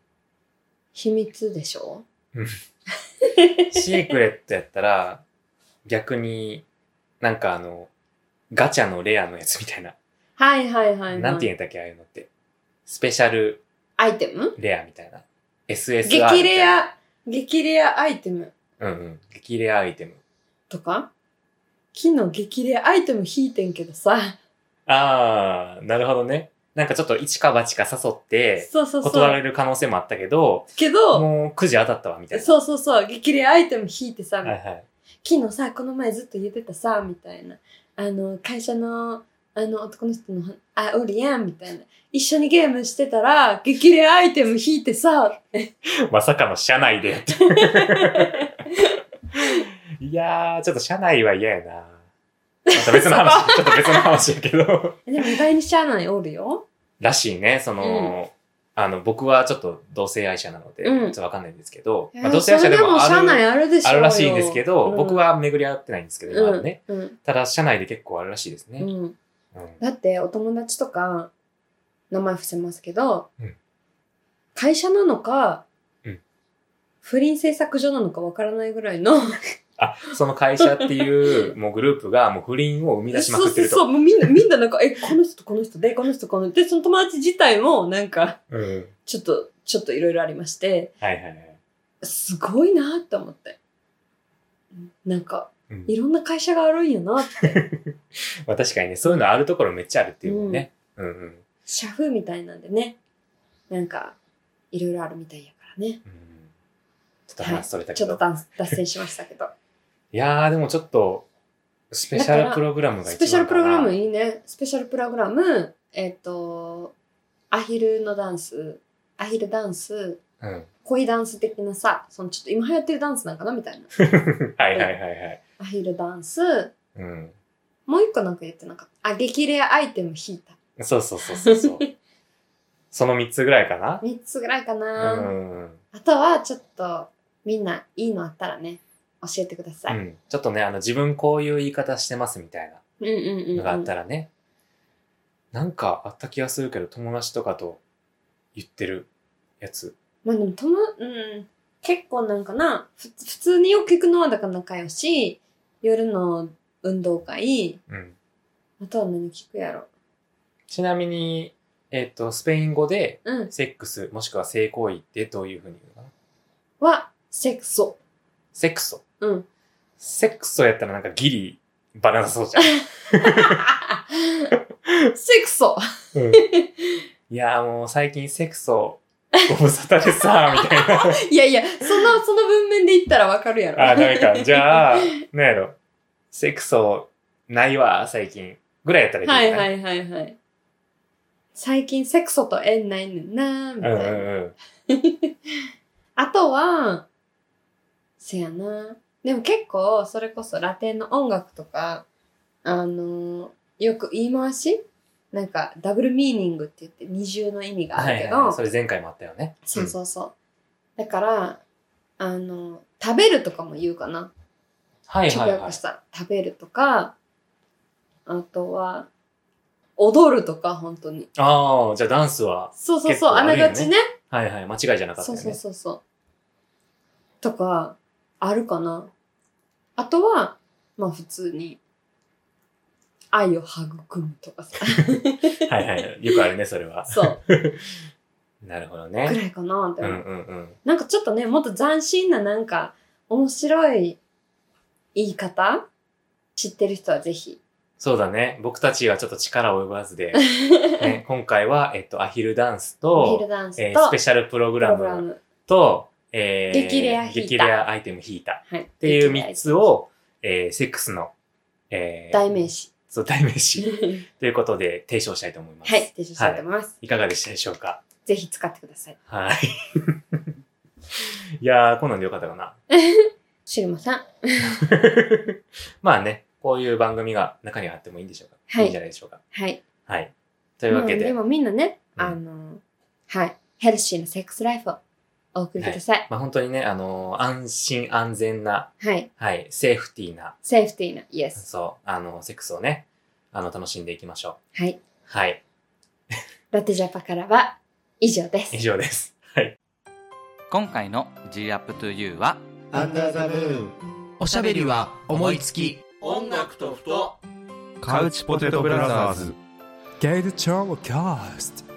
[SPEAKER 2] 秘密でしょ
[SPEAKER 1] うん。 *laughs* シークレットやったら、逆になんかあの、ガチャのレアのやつみたいな。
[SPEAKER 2] はいはいはい、はい。
[SPEAKER 1] なんて言うんだっけ、ああいうのって。スペシャル
[SPEAKER 2] アイテム
[SPEAKER 1] レアみたいな。SSR みたいな。
[SPEAKER 2] 激レ。ア、激レアアイテム
[SPEAKER 1] うんうん。激レアアイテム。
[SPEAKER 2] とか昨日激レアアイテム引いてんけどさ。
[SPEAKER 1] あー、なるほどね。なんかちょっと一か八か誘って、
[SPEAKER 2] そうそうそ
[SPEAKER 1] 断ら
[SPEAKER 2] う。
[SPEAKER 1] れる可能性もあったけど、
[SPEAKER 2] けど、
[SPEAKER 1] もうくじ当たったわ、みたいな。
[SPEAKER 2] そうそうそう、激レアアイテム引いてさ、
[SPEAKER 1] はいはい。
[SPEAKER 2] 昨日さこの前ずっと言ってたさみたいなあの会社のあの男の人のあおるやんみたいな一緒にゲームしてたら激レアアイテム引いてさ
[SPEAKER 1] まさかの社内でって。いやー、ちょっと社内は嫌やな。また別の話、ちょっと別の話やけど。
[SPEAKER 2] でも意外にしゃあないおるよ
[SPEAKER 1] らしいね、その、あの、僕はちょっと同性愛者なので、
[SPEAKER 2] うん
[SPEAKER 1] ちょっとわかんないんですけど、
[SPEAKER 2] いや
[SPEAKER 1] まあ、同性愛者でもあ
[SPEAKER 2] それしゃ
[SPEAKER 1] る
[SPEAKER 2] あないあるでしょ
[SPEAKER 1] あるらしいんですけど、
[SPEAKER 2] うん
[SPEAKER 1] 僕は巡り合ってないんですけど、今
[SPEAKER 2] う
[SPEAKER 1] は
[SPEAKER 2] ん、
[SPEAKER 1] ね。
[SPEAKER 2] うん
[SPEAKER 1] ただ、社内で結構あるらしいですね。
[SPEAKER 2] うん、
[SPEAKER 1] うん。
[SPEAKER 2] だってお友達とか名前伏せますけど、
[SPEAKER 1] うん
[SPEAKER 2] 会社なのか、
[SPEAKER 1] うん
[SPEAKER 2] 不倫製作所なのかわからないぐらいの
[SPEAKER 1] あ、その会社っていう、もうグループが、もう不倫を生み出しまくってると。
[SPEAKER 2] そうそうそう、もうみんな、みんななんか、え、この人とこの人で、この人とこの人で、その友達自体もなんか、
[SPEAKER 1] うん。
[SPEAKER 2] ちょっと、ちょっといろいろありまして、
[SPEAKER 1] はいはいはい。
[SPEAKER 2] すごいなって思って。なんか、
[SPEAKER 1] うん
[SPEAKER 2] いろんな会社があるんやなって。
[SPEAKER 1] まあ、確かにね、そういうのあるところめっちゃあるっていうもんね。うん、うん、うん。
[SPEAKER 2] 社風みたいなんでね。なんか、いろいろあるみたいやからね。
[SPEAKER 1] ちょっと話それた
[SPEAKER 2] ち
[SPEAKER 1] け
[SPEAKER 2] ょっ
[SPEAKER 1] ど。
[SPEAKER 2] と脱脱線しましたけど。
[SPEAKER 1] いやー、でもちょっと、スペシャルプログラムが一番かな
[SPEAKER 2] スペシャルプログラムいいね。スペシャルプログラム、えっ、と、アヒルのダンス、アヒルダンス、
[SPEAKER 1] うん。 *laughs*
[SPEAKER 2] 恋ダンス的なさ、そのちょっと今流行ってるダンスなんかなみたいな。
[SPEAKER 1] はいはいはいはい。
[SPEAKER 2] アヒルダンス、
[SPEAKER 1] うん。
[SPEAKER 2] もう一個なんか言ってなかった。あ、激レアアイテム引いた。
[SPEAKER 1] そうそうそうそうそう。その3つぐらいかな。
[SPEAKER 2] 三つぐらいかな、
[SPEAKER 1] うん。
[SPEAKER 2] あとはちょっと、みんないいのあったらね、教えてくだ
[SPEAKER 1] う
[SPEAKER 2] さい。
[SPEAKER 1] ん。ちょっとね、あの、自分こういう言い方してますみたいな。
[SPEAKER 2] うん、うんうんうん
[SPEAKER 1] のがあったらね、なんかあった気がするけど友達とかと言ってるやつ
[SPEAKER 2] まあでも、とも、うん、結構なんかな、ふ普通によく聞くのはだから仲良し、夜の運動会、
[SPEAKER 1] うん
[SPEAKER 2] あとは何聞くやろ。
[SPEAKER 1] ちなみに、えっとスペイン語で
[SPEAKER 2] うん。
[SPEAKER 1] セックスもしくは性行為ってどういうふうに言うのかな
[SPEAKER 2] は、セクソ。
[SPEAKER 1] セクソ *laughs*
[SPEAKER 2] うん。
[SPEAKER 1] セクソやったらなんかギリバラなさ
[SPEAKER 2] *laughs*
[SPEAKER 1] そうじゃん、
[SPEAKER 2] セクソ
[SPEAKER 1] うんいやーもう最近セクソご無沙汰
[SPEAKER 2] *laughs*
[SPEAKER 1] でさみたいな
[SPEAKER 2] いやいや、その、その文面で言ったらわかるやろ。
[SPEAKER 1] あーダメかじゃあなんやろセクソないわ最近ぐらいやったらいいか
[SPEAKER 2] は
[SPEAKER 1] ない
[SPEAKER 2] はいはいはい。最近セクソと縁ないねんなーみ
[SPEAKER 1] う
[SPEAKER 2] たいな。
[SPEAKER 1] んうんうん
[SPEAKER 2] あとは、せやな。でも結構、それこそラテンの音楽とか、あのーよく言い回しなんか、ダブルミーニングって言って二重の意味があるけど、
[SPEAKER 1] それ前回もあったよね。
[SPEAKER 2] そうそうそう。だから、あの食べるとかも言うかな。
[SPEAKER 1] はいは
[SPEAKER 2] 直
[SPEAKER 1] いは
[SPEAKER 2] 訳
[SPEAKER 1] い
[SPEAKER 2] し。たら。食べるとか、あとは、踊るとか、本当に。
[SPEAKER 1] ああ、じゃあダンスは、
[SPEAKER 2] そうそう
[SPEAKER 1] 結
[SPEAKER 2] そう、
[SPEAKER 1] 構
[SPEAKER 2] あ
[SPEAKER 1] あ
[SPEAKER 2] な
[SPEAKER 1] るよね
[SPEAKER 2] がちね。
[SPEAKER 1] はいはい、間違いじゃなかった
[SPEAKER 2] そ
[SPEAKER 1] よ
[SPEAKER 2] う
[SPEAKER 1] ね。
[SPEAKER 2] そうそうそう。とか、あるかな。あとは、まあ普通に、愛を育むとかさ。
[SPEAKER 1] *laughs* はいはい、よくあるね、それは。
[SPEAKER 2] そう。
[SPEAKER 1] なるほど
[SPEAKER 2] ぐ
[SPEAKER 1] ね。
[SPEAKER 2] らいかなって
[SPEAKER 1] うん
[SPEAKER 2] 思う
[SPEAKER 1] うんうん。
[SPEAKER 2] なんかちょっとね、もっと斬新ななんか、面白い言い方知ってる人はぜひ。
[SPEAKER 1] そうだね。僕たちはちょっと力及ばずで、
[SPEAKER 2] *laughs*
[SPEAKER 1] ね、今回は、えっと、アヒルダンス
[SPEAKER 2] お
[SPEAKER 1] と
[SPEAKER 2] 昼、ダンス
[SPEAKER 1] えー
[SPEAKER 2] と
[SPEAKER 1] スペ、シャルプログ
[SPEAKER 2] プ
[SPEAKER 1] ラ
[SPEAKER 2] ログラ
[SPEAKER 1] ム
[SPEAKER 2] ム。
[SPEAKER 1] と、えー
[SPEAKER 2] 激レア引いた
[SPEAKER 1] 激レアアイテム引いた。
[SPEAKER 2] はい。っ
[SPEAKER 1] っていう3つ。を、えーセックスの、えー
[SPEAKER 2] 代名。詞。
[SPEAKER 1] そう、代名詞。
[SPEAKER 2] は *laughs*
[SPEAKER 1] ということで、提唱したいと思います。
[SPEAKER 2] い。提唱したいと思います。
[SPEAKER 1] いかがでしたでしょうか
[SPEAKER 2] ぜひ使ってください。 *laughs*
[SPEAKER 1] はい。いやー、こんなんでよかったかな。 *laughs*
[SPEAKER 2] シルマさん。
[SPEAKER 1] まあね、こういう番組が中にはあってもいいんでしょうか。
[SPEAKER 2] はい
[SPEAKER 1] いいんじゃないでしょうか。
[SPEAKER 2] はい。
[SPEAKER 1] はい。というわけ
[SPEAKER 2] まあ
[SPEAKER 1] で、
[SPEAKER 2] もみんなね、
[SPEAKER 1] うん
[SPEAKER 2] あの、はい。ヘルシーなセックスライフをお送りください。
[SPEAKER 1] まあ本当にね、あのー安心安全な、
[SPEAKER 2] はい。
[SPEAKER 1] はい、セーフティーな、
[SPEAKER 2] セーフティーな、イエス。
[SPEAKER 1] そう、あの、セックスをね、あの、楽しんでいきましょう。
[SPEAKER 2] はい。
[SPEAKER 1] はい、
[SPEAKER 2] ラテジャパからは以上です
[SPEAKER 1] 以。上です。はい。
[SPEAKER 3] 今回の G up to you は
[SPEAKER 4] アンダーザムーン
[SPEAKER 3] おしゃべりは思いつき
[SPEAKER 4] 音楽とふと
[SPEAKER 5] カウチポテトブラザーズ
[SPEAKER 6] ゲイルチャーキャスト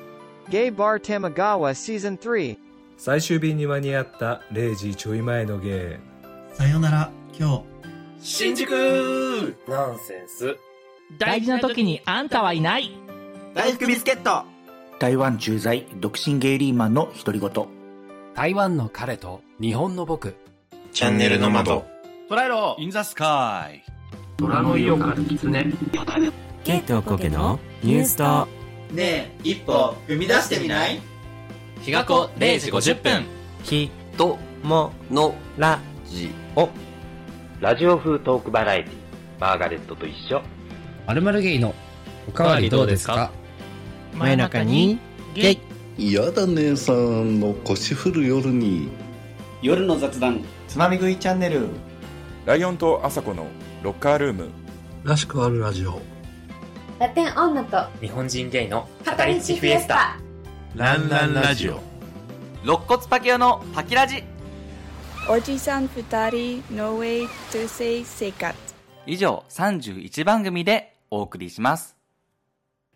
[SPEAKER 7] Gay Bar Tamagawa Season 3
[SPEAKER 6] 最終日に間に合った0時ちょい前のゲー
[SPEAKER 8] さよなら、今日。
[SPEAKER 4] 新宿
[SPEAKER 1] ナンセンス。
[SPEAKER 9] 大事な時にあんたはいない
[SPEAKER 4] 大福ビスケット
[SPEAKER 10] 台湾駐在独身ゲイリーマンの独り言
[SPEAKER 11] 台湾の彼と日本の僕
[SPEAKER 5] チャンネルの窓
[SPEAKER 3] 捉えろ
[SPEAKER 5] In the sky
[SPEAKER 9] 虎の威からキツネ
[SPEAKER 10] ゲイとコケのニュースと
[SPEAKER 4] ねえ一歩踏み出してみない
[SPEAKER 3] 日が子0時50分
[SPEAKER 10] ひとものラジオ
[SPEAKER 12] ラジオ風トークバラエティマーガレットと一緒
[SPEAKER 9] まるまるゲイのおかわりどうですか真夜中にゲイ
[SPEAKER 5] やだ姉さんの腰振る夜に
[SPEAKER 4] 夜の雑談つまみ食いチャンネル
[SPEAKER 5] ライオンとアサコのロッカールーム
[SPEAKER 8] らしくあるラジオ。
[SPEAKER 2] ラテン女と
[SPEAKER 1] 日本人ゲイの
[SPEAKER 2] 語り口フィエスタ。
[SPEAKER 5] ランランラジオ
[SPEAKER 3] 肋骨パキオのパキラジ
[SPEAKER 13] おじさん二人 No way to say 生活
[SPEAKER 3] 以上31番組でお送りします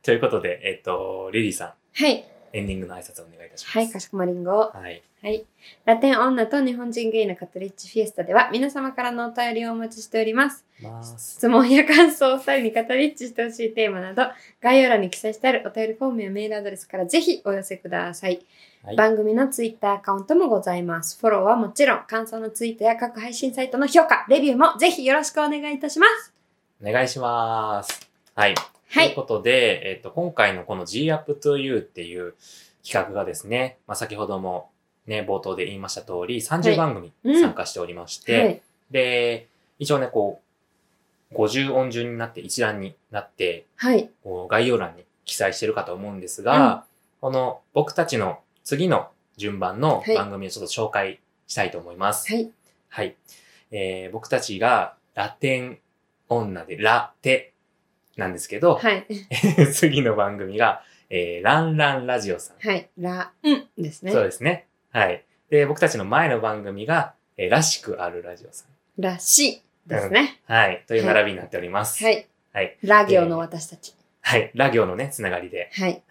[SPEAKER 1] ということで、えっと、リリーさん、
[SPEAKER 2] はい。
[SPEAKER 1] エンディングの挨拶をお願いいたします。
[SPEAKER 2] はい、かしこまりんご。
[SPEAKER 1] はい。
[SPEAKER 2] はい。ラテン女と日本人ゲイのカトリッチフィエスタでは皆様からのお便りをお待ちしております。
[SPEAKER 1] ます。
[SPEAKER 2] 質問や感想をさらにカトリッチしてほしいテーマなど、概要欄に記載してあるお便りフォームやメールアドレスからぜひお寄せください。
[SPEAKER 1] はい
[SPEAKER 2] 番組のツイッターアカウントもございます。フォローはもちろん、感想のツイートや各配信サイトの評価、レビューもぜひよろしくお願いいたします。
[SPEAKER 1] お願いします。はい。
[SPEAKER 2] は
[SPEAKER 1] という
[SPEAKER 2] い。
[SPEAKER 1] ことで、えっと、今回のこの G Up to You っていう企画がですね、まあ、先ほどもね、冒頭で言いました通
[SPEAKER 2] は
[SPEAKER 1] り、30
[SPEAKER 2] い
[SPEAKER 1] 番組
[SPEAKER 2] うん
[SPEAKER 1] 参加しておりまして、
[SPEAKER 2] はい
[SPEAKER 1] で、一応ね、こう、50音順になって一覧になって、
[SPEAKER 2] はい。
[SPEAKER 1] こう概要欄に記載してるかと思うんですが、この僕たちの次の順番の
[SPEAKER 2] はい
[SPEAKER 1] 番組をちょっと紹介したいと思います。
[SPEAKER 2] はい。
[SPEAKER 1] はい。えー僕たちがラテン女でラテなんですけど、
[SPEAKER 2] はい。
[SPEAKER 1] *laughs* 次の番組が、えーランランラジオさん。
[SPEAKER 2] はい。ラ、うんですね
[SPEAKER 1] そう。ですね。はい。で、僕たちの前の番組が、えーらしくあるラジオさ
[SPEAKER 2] らしいですね。
[SPEAKER 1] ん。はい。という並びになっております。
[SPEAKER 2] はい。
[SPEAKER 1] はい。
[SPEAKER 2] ラ行の私たち。
[SPEAKER 1] はい。ラ行のね、つなが
[SPEAKER 2] *laughs*
[SPEAKER 1] りで。
[SPEAKER 2] はい。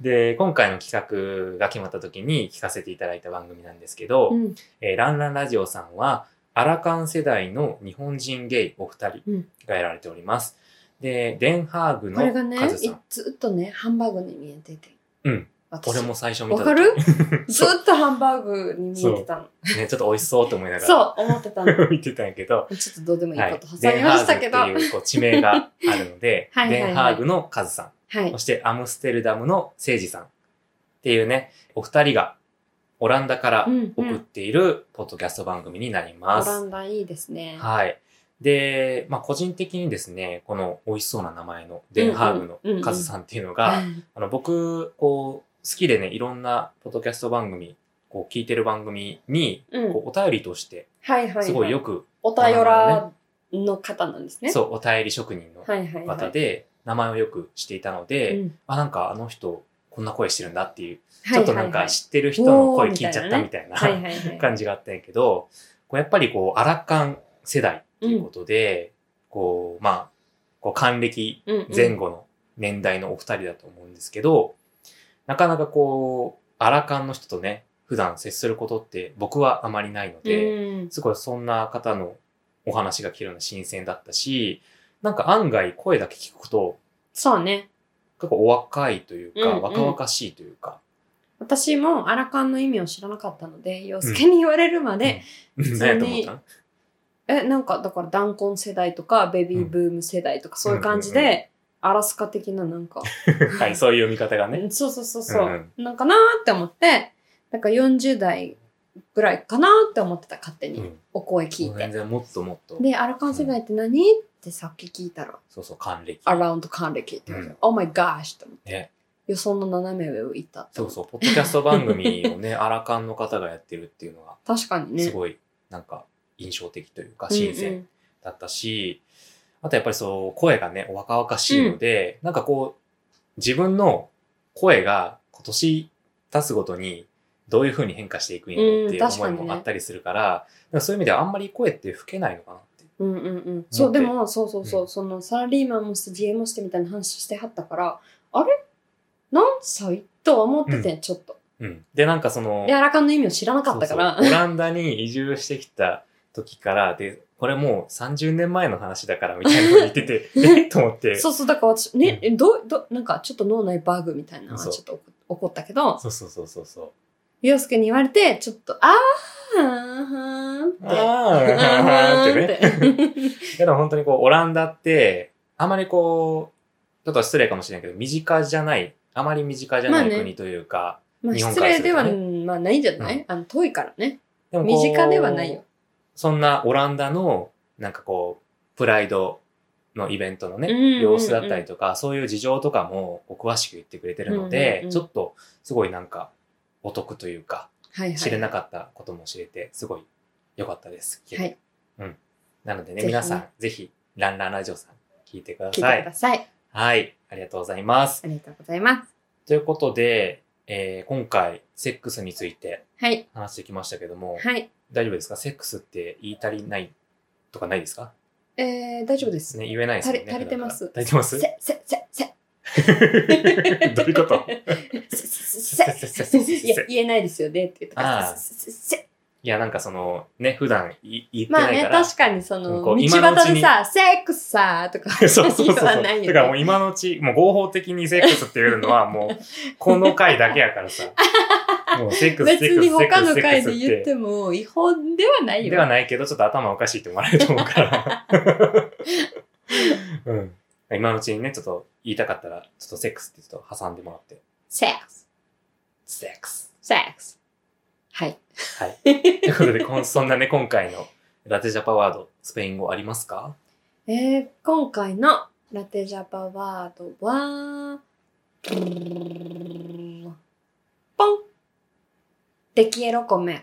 [SPEAKER 1] で、今回の企画が決まった時に聞かせていただいた番組なんですけど、
[SPEAKER 2] うん。
[SPEAKER 1] えーランランラジオさんは、アラカン世代の日本人ゲイお二
[SPEAKER 2] うん
[SPEAKER 1] 人がやられております。で、デンハーグの
[SPEAKER 2] これがね
[SPEAKER 1] カズさん。、
[SPEAKER 2] ずっとね、ハンバーグに見えてて。
[SPEAKER 1] うん。
[SPEAKER 2] 私
[SPEAKER 1] 俺。も最初見た
[SPEAKER 2] わ
[SPEAKER 1] 時
[SPEAKER 2] かるず
[SPEAKER 1] そう
[SPEAKER 2] っとハンバーグに見えてたの。
[SPEAKER 1] ね、ちょっと美味しそうと思いながら
[SPEAKER 2] そう、思ってたの。 *laughs* ちょ
[SPEAKER 1] *laughs* 見てたんやけど、
[SPEAKER 2] っとどうでもいい
[SPEAKER 1] は
[SPEAKER 2] こ
[SPEAKER 1] い
[SPEAKER 2] と、挟
[SPEAKER 1] デ
[SPEAKER 2] み
[SPEAKER 1] ン
[SPEAKER 2] ま
[SPEAKER 1] ハ
[SPEAKER 2] したけど。は
[SPEAKER 1] ー
[SPEAKER 2] い
[SPEAKER 1] グ。っていうこう地名があるので
[SPEAKER 2] *laughs* はいはいはい
[SPEAKER 1] デンハーグのカズさんそしてアムステルダムのセイジさんっていうね、お二人がオランダから
[SPEAKER 2] うんうん
[SPEAKER 1] 送っているポッドキャスト番組になりま
[SPEAKER 2] オ
[SPEAKER 1] す。
[SPEAKER 2] ランダいいですね。
[SPEAKER 1] はい。で、まあ、個人的にですね、この美味しそうな名前のデンハーグ
[SPEAKER 2] うんうんうんう
[SPEAKER 1] の
[SPEAKER 2] ん
[SPEAKER 1] カズさんっていうのが、
[SPEAKER 2] うん
[SPEAKER 1] あの、僕、こう、好きでね、いろんなポッドキャスト番組、こう、聞いてる番組に、
[SPEAKER 2] うん
[SPEAKER 1] こう、お便りとして、
[SPEAKER 2] はいはいはい。
[SPEAKER 1] すごいよく、
[SPEAKER 2] お便らの方なんですね。
[SPEAKER 1] そう、お便り職人の
[SPEAKER 2] はいはいはい。
[SPEAKER 1] 方で、名前をよくしていたので、
[SPEAKER 2] うん、
[SPEAKER 1] あ、なんかあの人、こんな声してるんだっていう、
[SPEAKER 2] ち
[SPEAKER 1] ちょっとなんか知ってる人の声聞いちゃったみたいな
[SPEAKER 2] はいはいはい。
[SPEAKER 1] 感じがあったんやけど、こうやっぱりこう、アラカン世代ということで、こう、まあ、こう、還暦前後の年代のお二人だと思うんですけど、なかなかこう、アラカンの人とね、普段接することって僕はあまりないので、
[SPEAKER 2] うん
[SPEAKER 1] すごいそんな方のお話が聞けるのは新鮮だったし、なんか案外声だけ聞くと、
[SPEAKER 2] そうね。
[SPEAKER 1] 結構お若いというか、
[SPEAKER 2] うんうん
[SPEAKER 1] 若々しいというか、
[SPEAKER 2] 私もアラカンの意味を知らなかったので、洋介に言われるまで、通に
[SPEAKER 1] 何やと思ったん
[SPEAKER 2] え、なんかだから弾痕世代とかベビーブーム世代とかそういう感じで、アラスカ的ななんか。 *laughs*
[SPEAKER 1] はい、そういう見方が
[SPEAKER 2] う
[SPEAKER 1] ね
[SPEAKER 2] ん。そうそうそうそう。
[SPEAKER 1] うん
[SPEAKER 2] なんかなーって思って、なんか40代ぐらいかなーって思ってた、勝手に。
[SPEAKER 1] うん
[SPEAKER 2] お声聞いて。
[SPEAKER 1] 全然もっともっと。
[SPEAKER 2] で、アラカン世代って何、ってさっき聞いたら、
[SPEAKER 1] そうそう、還暦。
[SPEAKER 2] アラウンド還暦って言われて、Oh my gosh! って思って。
[SPEAKER 1] ね。
[SPEAKER 2] 予想の斜め上を行った。
[SPEAKER 1] そうそう、ポッドキャスト番組
[SPEAKER 2] *laughs*
[SPEAKER 1] をね、アラカンの方がやってるっていうのが、
[SPEAKER 2] 確かにね。
[SPEAKER 1] すごい、なんか、印象的というか、
[SPEAKER 2] うんうん
[SPEAKER 1] 新鮮だったし、あとやっぱりそう、声がね、若々しいので、なんかこう、自分の声が今年経つごとに、どういう風に変化していくんやろうってい
[SPEAKER 2] う
[SPEAKER 1] う
[SPEAKER 2] ん確
[SPEAKER 1] 思
[SPEAKER 2] か
[SPEAKER 1] い
[SPEAKER 2] にね
[SPEAKER 1] もあったりするから、なんかそういう意味ではあんまり声って吹けないのかなって。
[SPEAKER 2] うんうんうん。そう、
[SPEAKER 1] 思
[SPEAKER 2] で
[SPEAKER 1] って
[SPEAKER 2] も、そうそうそう、そのサラリーマンもして GM もしてみたいな話してはったから、あれ何歳とは思ってて、ちょっと。
[SPEAKER 1] うん。で、なんかその、
[SPEAKER 2] で、アラカンの意味を知らなかったから。
[SPEAKER 1] そうそうオランダに移住してきた時から、で、これもう30年前の話だからみたいなのを言っ
[SPEAKER 2] *laughs*
[SPEAKER 1] てて、えっと思って。
[SPEAKER 2] そうそう、だから私、ね、えどう、どう、なんかちょっと脳内バグみたいなのはち
[SPEAKER 1] そ
[SPEAKER 2] ょ
[SPEAKER 1] う
[SPEAKER 2] っと怒ったけど、
[SPEAKER 1] そうそうそうそうそう。
[SPEAKER 2] 洋介に言われて、ちょっと、あーはーんって。
[SPEAKER 1] あーって
[SPEAKER 2] あーんって。
[SPEAKER 1] *laughs* いやでも本当にこう、オランダって、あまりこう、ちょっと失礼かもしれないけど、身近じゃない、あまり身近じゃな
[SPEAKER 2] まあね
[SPEAKER 1] い国というか、
[SPEAKER 2] まあ
[SPEAKER 1] 日本
[SPEAKER 2] 失
[SPEAKER 1] からす
[SPEAKER 2] 礼
[SPEAKER 1] る
[SPEAKER 2] では、
[SPEAKER 1] とね
[SPEAKER 2] まあないんじゃない、あの、遠いからね。
[SPEAKER 1] でもこ
[SPEAKER 2] 身
[SPEAKER 1] う
[SPEAKER 2] 近ではないよ。。
[SPEAKER 1] そんなオランダの、なんかこう、プライドのイベントのね、
[SPEAKER 2] うんうんうん
[SPEAKER 1] 様子だったりとか、そういう事情とかもこう詳しく言ってくれてるので、
[SPEAKER 2] うんうんうん
[SPEAKER 1] ちょっと、すごいなんか、お得というか、
[SPEAKER 2] はいはい。
[SPEAKER 1] 知れなかったことも知れて、すごい良かったです。
[SPEAKER 2] はい。
[SPEAKER 1] うん。なので
[SPEAKER 2] ぜ
[SPEAKER 1] ね、
[SPEAKER 2] ひね
[SPEAKER 1] 皆さん、ぜひ、ランランラジオさん、聞いてくだ
[SPEAKER 2] 聞
[SPEAKER 1] さ
[SPEAKER 2] いてく
[SPEAKER 1] い
[SPEAKER 2] だ。さい。
[SPEAKER 1] はい。ありがとうございます
[SPEAKER 2] あ。りがとうございます。
[SPEAKER 1] ということで、えー今回、セックスについて
[SPEAKER 2] はい。
[SPEAKER 1] 話してきましたけども、
[SPEAKER 2] はい。
[SPEAKER 1] 大丈夫ですかセックスって言い足りないとかないですか
[SPEAKER 2] えー、大丈夫です。
[SPEAKER 1] ね、言えないですよね。
[SPEAKER 2] 足り足りてます
[SPEAKER 1] 普段から足りて
[SPEAKER 2] せ、せ、せ、せ。
[SPEAKER 1] ます *laughs* どういうこと
[SPEAKER 2] せ、せ、せ、せ、せ。いや、言えないですよねって言ったから、
[SPEAKER 1] あー
[SPEAKER 2] せ、せ、せ。
[SPEAKER 1] いや、なんかその、ね、普段い言って
[SPEAKER 2] まあ
[SPEAKER 1] ない
[SPEAKER 2] ね、
[SPEAKER 1] から。
[SPEAKER 2] 確かにその、
[SPEAKER 1] う
[SPEAKER 2] 道
[SPEAKER 1] んこう
[SPEAKER 2] 端
[SPEAKER 1] 今のうちに
[SPEAKER 2] でさ、セックスさーとか
[SPEAKER 1] *laughs* そうそうそう
[SPEAKER 2] 言
[SPEAKER 1] そう。
[SPEAKER 2] わないよ、ね。
[SPEAKER 1] だからもう今のうち、もう合法的にセックスって言うのはもう、この回だけやからさ。
[SPEAKER 2] *laughs*
[SPEAKER 1] もうセックス、セ
[SPEAKER 2] 別
[SPEAKER 1] ック
[SPEAKER 2] に
[SPEAKER 1] ス、セッ
[SPEAKER 2] 他
[SPEAKER 1] ク
[SPEAKER 2] の
[SPEAKER 1] ス、セッ
[SPEAKER 2] 回
[SPEAKER 1] ク
[SPEAKER 2] で
[SPEAKER 1] ス
[SPEAKER 2] 言
[SPEAKER 1] っ。
[SPEAKER 2] ってても違法ではないよ。
[SPEAKER 1] ではないけど、ちょっと頭おかしいって思われると思
[SPEAKER 2] *laughs*
[SPEAKER 1] うから。うん。今のうちにね、ちょっと言いたかったら、ちょっとセックスってちょっと挟んでもらって。
[SPEAKER 2] セックス、
[SPEAKER 1] セックス。
[SPEAKER 2] セックス。はい。
[SPEAKER 1] は
[SPEAKER 2] *laughs*
[SPEAKER 1] い。ということで、こん *laughs* そんなね、今回のラテジャパワード、スペイン語ありますか
[SPEAKER 2] えー、今回のラテジャパワードは、ポンテキエロコメル。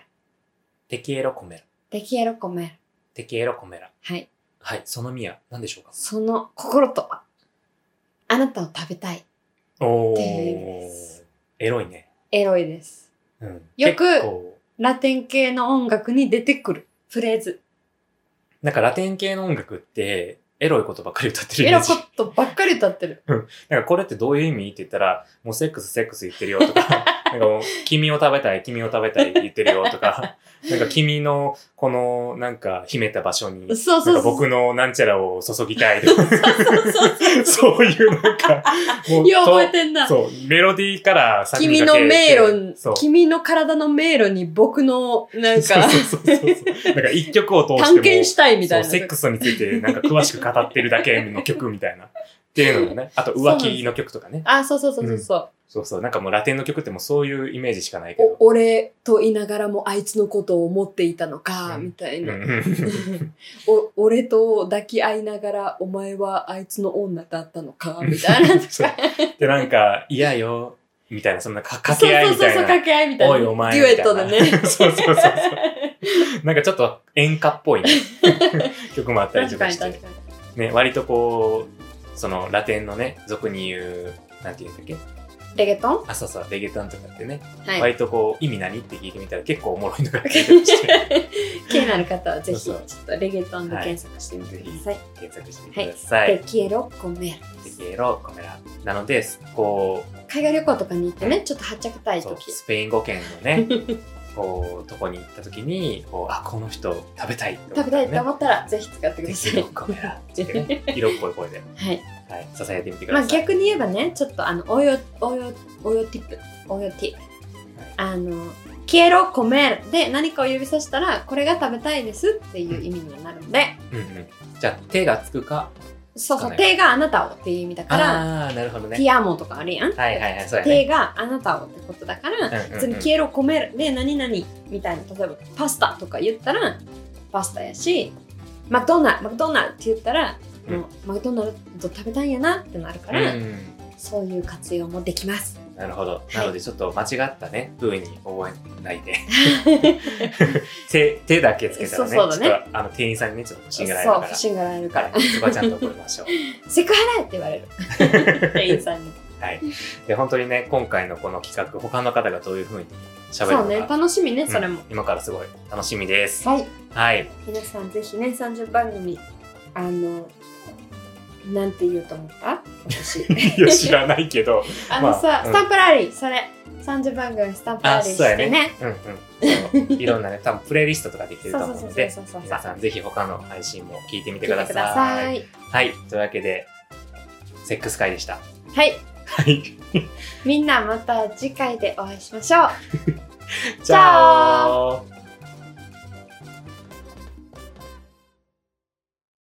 [SPEAKER 1] テキエロコメラ。
[SPEAKER 2] テキエロコメル。
[SPEAKER 1] テキエロコメラ。
[SPEAKER 2] はい。
[SPEAKER 1] はい。そのミア、何でしょうか
[SPEAKER 2] その心とは、あなたを食べたい。
[SPEAKER 1] お
[SPEAKER 2] っていう意味です。
[SPEAKER 1] エロいね。
[SPEAKER 2] エロいです。
[SPEAKER 1] うん
[SPEAKER 2] よく
[SPEAKER 1] 結構
[SPEAKER 2] ラテン系の音楽に出てくるフレーズ。
[SPEAKER 1] なんかラテン系の音楽って、エロいことばっかり歌ってるイ
[SPEAKER 2] エ
[SPEAKER 1] メ
[SPEAKER 2] ロ
[SPEAKER 1] ージ
[SPEAKER 2] こ。とばっかり歌って
[SPEAKER 1] *laughs*
[SPEAKER 2] る。
[SPEAKER 1] なんかこれってどういう意味って言ったら、もうセックスセックス言ってるよ
[SPEAKER 2] *laughs*
[SPEAKER 1] とか、なんかもう君を食べたい君を食べたい言ってるよ
[SPEAKER 2] *laughs*
[SPEAKER 1] とか、なんか君のこのなんか秘めた場所に、
[SPEAKER 2] そうそうそう
[SPEAKER 1] なんか僕のなんちゃらを注ぎたいとか、
[SPEAKER 2] そうそうそ
[SPEAKER 1] そういうなんか、も
[SPEAKER 2] う。よう覚え
[SPEAKER 1] と
[SPEAKER 2] てんな。
[SPEAKER 1] そう、メロディーから先に
[SPEAKER 2] 君
[SPEAKER 1] かけ
[SPEAKER 2] の迷
[SPEAKER 1] て
[SPEAKER 2] 路
[SPEAKER 1] そう、。
[SPEAKER 2] 君の体の迷路に僕の、なんか、
[SPEAKER 1] そうそうそうそうなんか一曲を通しても。
[SPEAKER 2] 探検したいみたいな。
[SPEAKER 1] そうセックスについてなんか詳しく語ってるだけの曲みたいな。っていうのがね。あと浮気の曲とかね。
[SPEAKER 2] あ、そうそうそうそうそう。
[SPEAKER 1] そうそう。なんかもうラテンの曲ってもうそういうイメージしかないけ
[SPEAKER 2] お
[SPEAKER 1] ど。
[SPEAKER 2] 俺と言いながらもあいつのことを思っていたのか、
[SPEAKER 1] うん
[SPEAKER 2] みたい
[SPEAKER 1] うんう
[SPEAKER 2] な。
[SPEAKER 1] ん
[SPEAKER 2] お俺と抱き合いながらお前はあいつの女だったのか、みたい *laughs* な。
[SPEAKER 1] *laughs* そうで、なんか嫌よ、みたいな、そんなか掛け合い
[SPEAKER 2] そ
[SPEAKER 1] み
[SPEAKER 2] うそう
[SPEAKER 1] た
[SPEAKER 2] そうそう、
[SPEAKER 1] い
[SPEAKER 2] 掛
[SPEAKER 1] な。
[SPEAKER 2] け合いみたいな。
[SPEAKER 1] おいお前
[SPEAKER 2] デュエットで
[SPEAKER 1] み
[SPEAKER 2] ね。
[SPEAKER 1] *laughs* そうそうそうそう。なんかちょっと演歌っ
[SPEAKER 2] *laughs*
[SPEAKER 1] ぽいね曲もあったりと
[SPEAKER 2] 確か
[SPEAKER 1] か
[SPEAKER 2] に確
[SPEAKER 1] して。
[SPEAKER 2] かに。
[SPEAKER 1] ね、割とこう、そのラテンのね、俗に言う、なんていうんだっけ
[SPEAKER 2] レゲトン
[SPEAKER 1] あ、そうそう、レゲタンとかってね、
[SPEAKER 2] はい。
[SPEAKER 1] 割とこう意味何って聞いてみたら結構おもろいのが出て
[SPEAKER 2] *laughs*
[SPEAKER 1] きて
[SPEAKER 2] 気になる方はぜひち
[SPEAKER 1] そ
[SPEAKER 2] ょ
[SPEAKER 1] う
[SPEAKER 2] っ
[SPEAKER 1] そう
[SPEAKER 2] とレゲトンで検索してみてください。
[SPEAKER 1] 検索してみ
[SPEAKER 2] は
[SPEAKER 1] て
[SPEAKER 2] い
[SPEAKER 1] くださ。い
[SPEAKER 2] で、。消えろ、ごめん。
[SPEAKER 1] でゲロカメラなのでこ
[SPEAKER 2] 海外旅行とかに行ってね、ちょっとはっちゃけた
[SPEAKER 1] う
[SPEAKER 2] い
[SPEAKER 1] そう
[SPEAKER 2] 時。
[SPEAKER 1] スペイン語圏の
[SPEAKER 2] *laughs*
[SPEAKER 1] ねこうとこに行った時にこうあこの人食べたいって思
[SPEAKER 2] 食べ
[SPEAKER 1] った
[SPEAKER 2] た
[SPEAKER 1] ら
[SPEAKER 2] いと
[SPEAKER 1] ね
[SPEAKER 2] 思ったら、ぜひ使ってくだ
[SPEAKER 1] で
[SPEAKER 2] さ
[SPEAKER 1] ゲ
[SPEAKER 2] い
[SPEAKER 1] ロ。カメラって言
[SPEAKER 2] *laughs*
[SPEAKER 1] ってね色っぽい声で、
[SPEAKER 2] はい。
[SPEAKER 1] はい、支えてみてく
[SPEAKER 2] ま
[SPEAKER 1] だ
[SPEAKER 2] あ
[SPEAKER 1] さい。
[SPEAKER 2] 逆に言えばね、ちょっとあの、応用、応用、応用ティップ。応用ティップ。あの、消えろ、ごめん。で、何かを指さしたら、これが食べたいですっていう意味にはなるので、
[SPEAKER 1] うんうん、じゃあ手がつくか
[SPEAKER 2] そうそう、手があなたをっていう意味だから、
[SPEAKER 1] ああー、なるほどね。
[SPEAKER 2] ティアモとかあるやん。
[SPEAKER 1] はいはいはい、そうや
[SPEAKER 2] 手
[SPEAKER 1] ね。
[SPEAKER 2] があなたをってことだから、
[SPEAKER 1] うんうんうん
[SPEAKER 2] 普通に消えろ込めるで何々みたいな例えばパスタとか言ったらパスタやしマクドナルマクドナルって言ったら、
[SPEAKER 1] うん
[SPEAKER 2] もうマクドナルド食べたいんやなってなるか
[SPEAKER 1] う
[SPEAKER 2] ら、
[SPEAKER 1] ん。
[SPEAKER 2] そういう活用もできます。
[SPEAKER 1] なるほど。なので、ちょっと間違ったね、風に覚えないで。 *laughs* 手、手だけつけたらね、
[SPEAKER 2] そうそうだね
[SPEAKER 1] ちょっと、あの、店員さんにね、ちょっと不
[SPEAKER 2] そ
[SPEAKER 1] 審
[SPEAKER 2] う
[SPEAKER 1] がられるから。
[SPEAKER 2] 不審がられるから、
[SPEAKER 1] はい、そこはちゃんと覚えましょう。
[SPEAKER 2] セクハラって言われ
[SPEAKER 1] *laughs*
[SPEAKER 2] る店員さんに。
[SPEAKER 1] はい。で、本当にね、今回のこの企画、他の方がどういう風に
[SPEAKER 2] そ
[SPEAKER 1] 喋るのか。
[SPEAKER 2] うね楽しみね
[SPEAKER 1] うん
[SPEAKER 2] それも。
[SPEAKER 1] 今からすごい楽しみです。
[SPEAKER 2] はい
[SPEAKER 1] はい。
[SPEAKER 2] 皆さんぜひね30番組あのなんて言うと思った私
[SPEAKER 1] *laughs* いや、知らないけど。
[SPEAKER 2] *laughs* あのさ、
[SPEAKER 1] まあう
[SPEAKER 2] ス
[SPEAKER 1] ん
[SPEAKER 2] タンプラリーそれ30番組スタンプラ
[SPEAKER 1] *laughs* あ、
[SPEAKER 2] リーし
[SPEAKER 1] そうや
[SPEAKER 2] て
[SPEAKER 1] ね。
[SPEAKER 2] ね
[SPEAKER 1] *laughs* うんうんそう。いろんなね、多分プレイリストとかできると思うので
[SPEAKER 2] そうそうそうそうそう、
[SPEAKER 1] 皆さんぜひ他の配信も聞いてみ
[SPEAKER 2] 聞いて
[SPEAKER 1] て
[SPEAKER 2] く
[SPEAKER 1] く
[SPEAKER 2] だ
[SPEAKER 1] だ
[SPEAKER 2] さ
[SPEAKER 1] さ
[SPEAKER 2] い
[SPEAKER 1] い。はい。というわけで、セックス会でした。
[SPEAKER 2] はい
[SPEAKER 1] はい。
[SPEAKER 2] *laughs* みんなまた次回でお会いしましょう
[SPEAKER 1] チャオ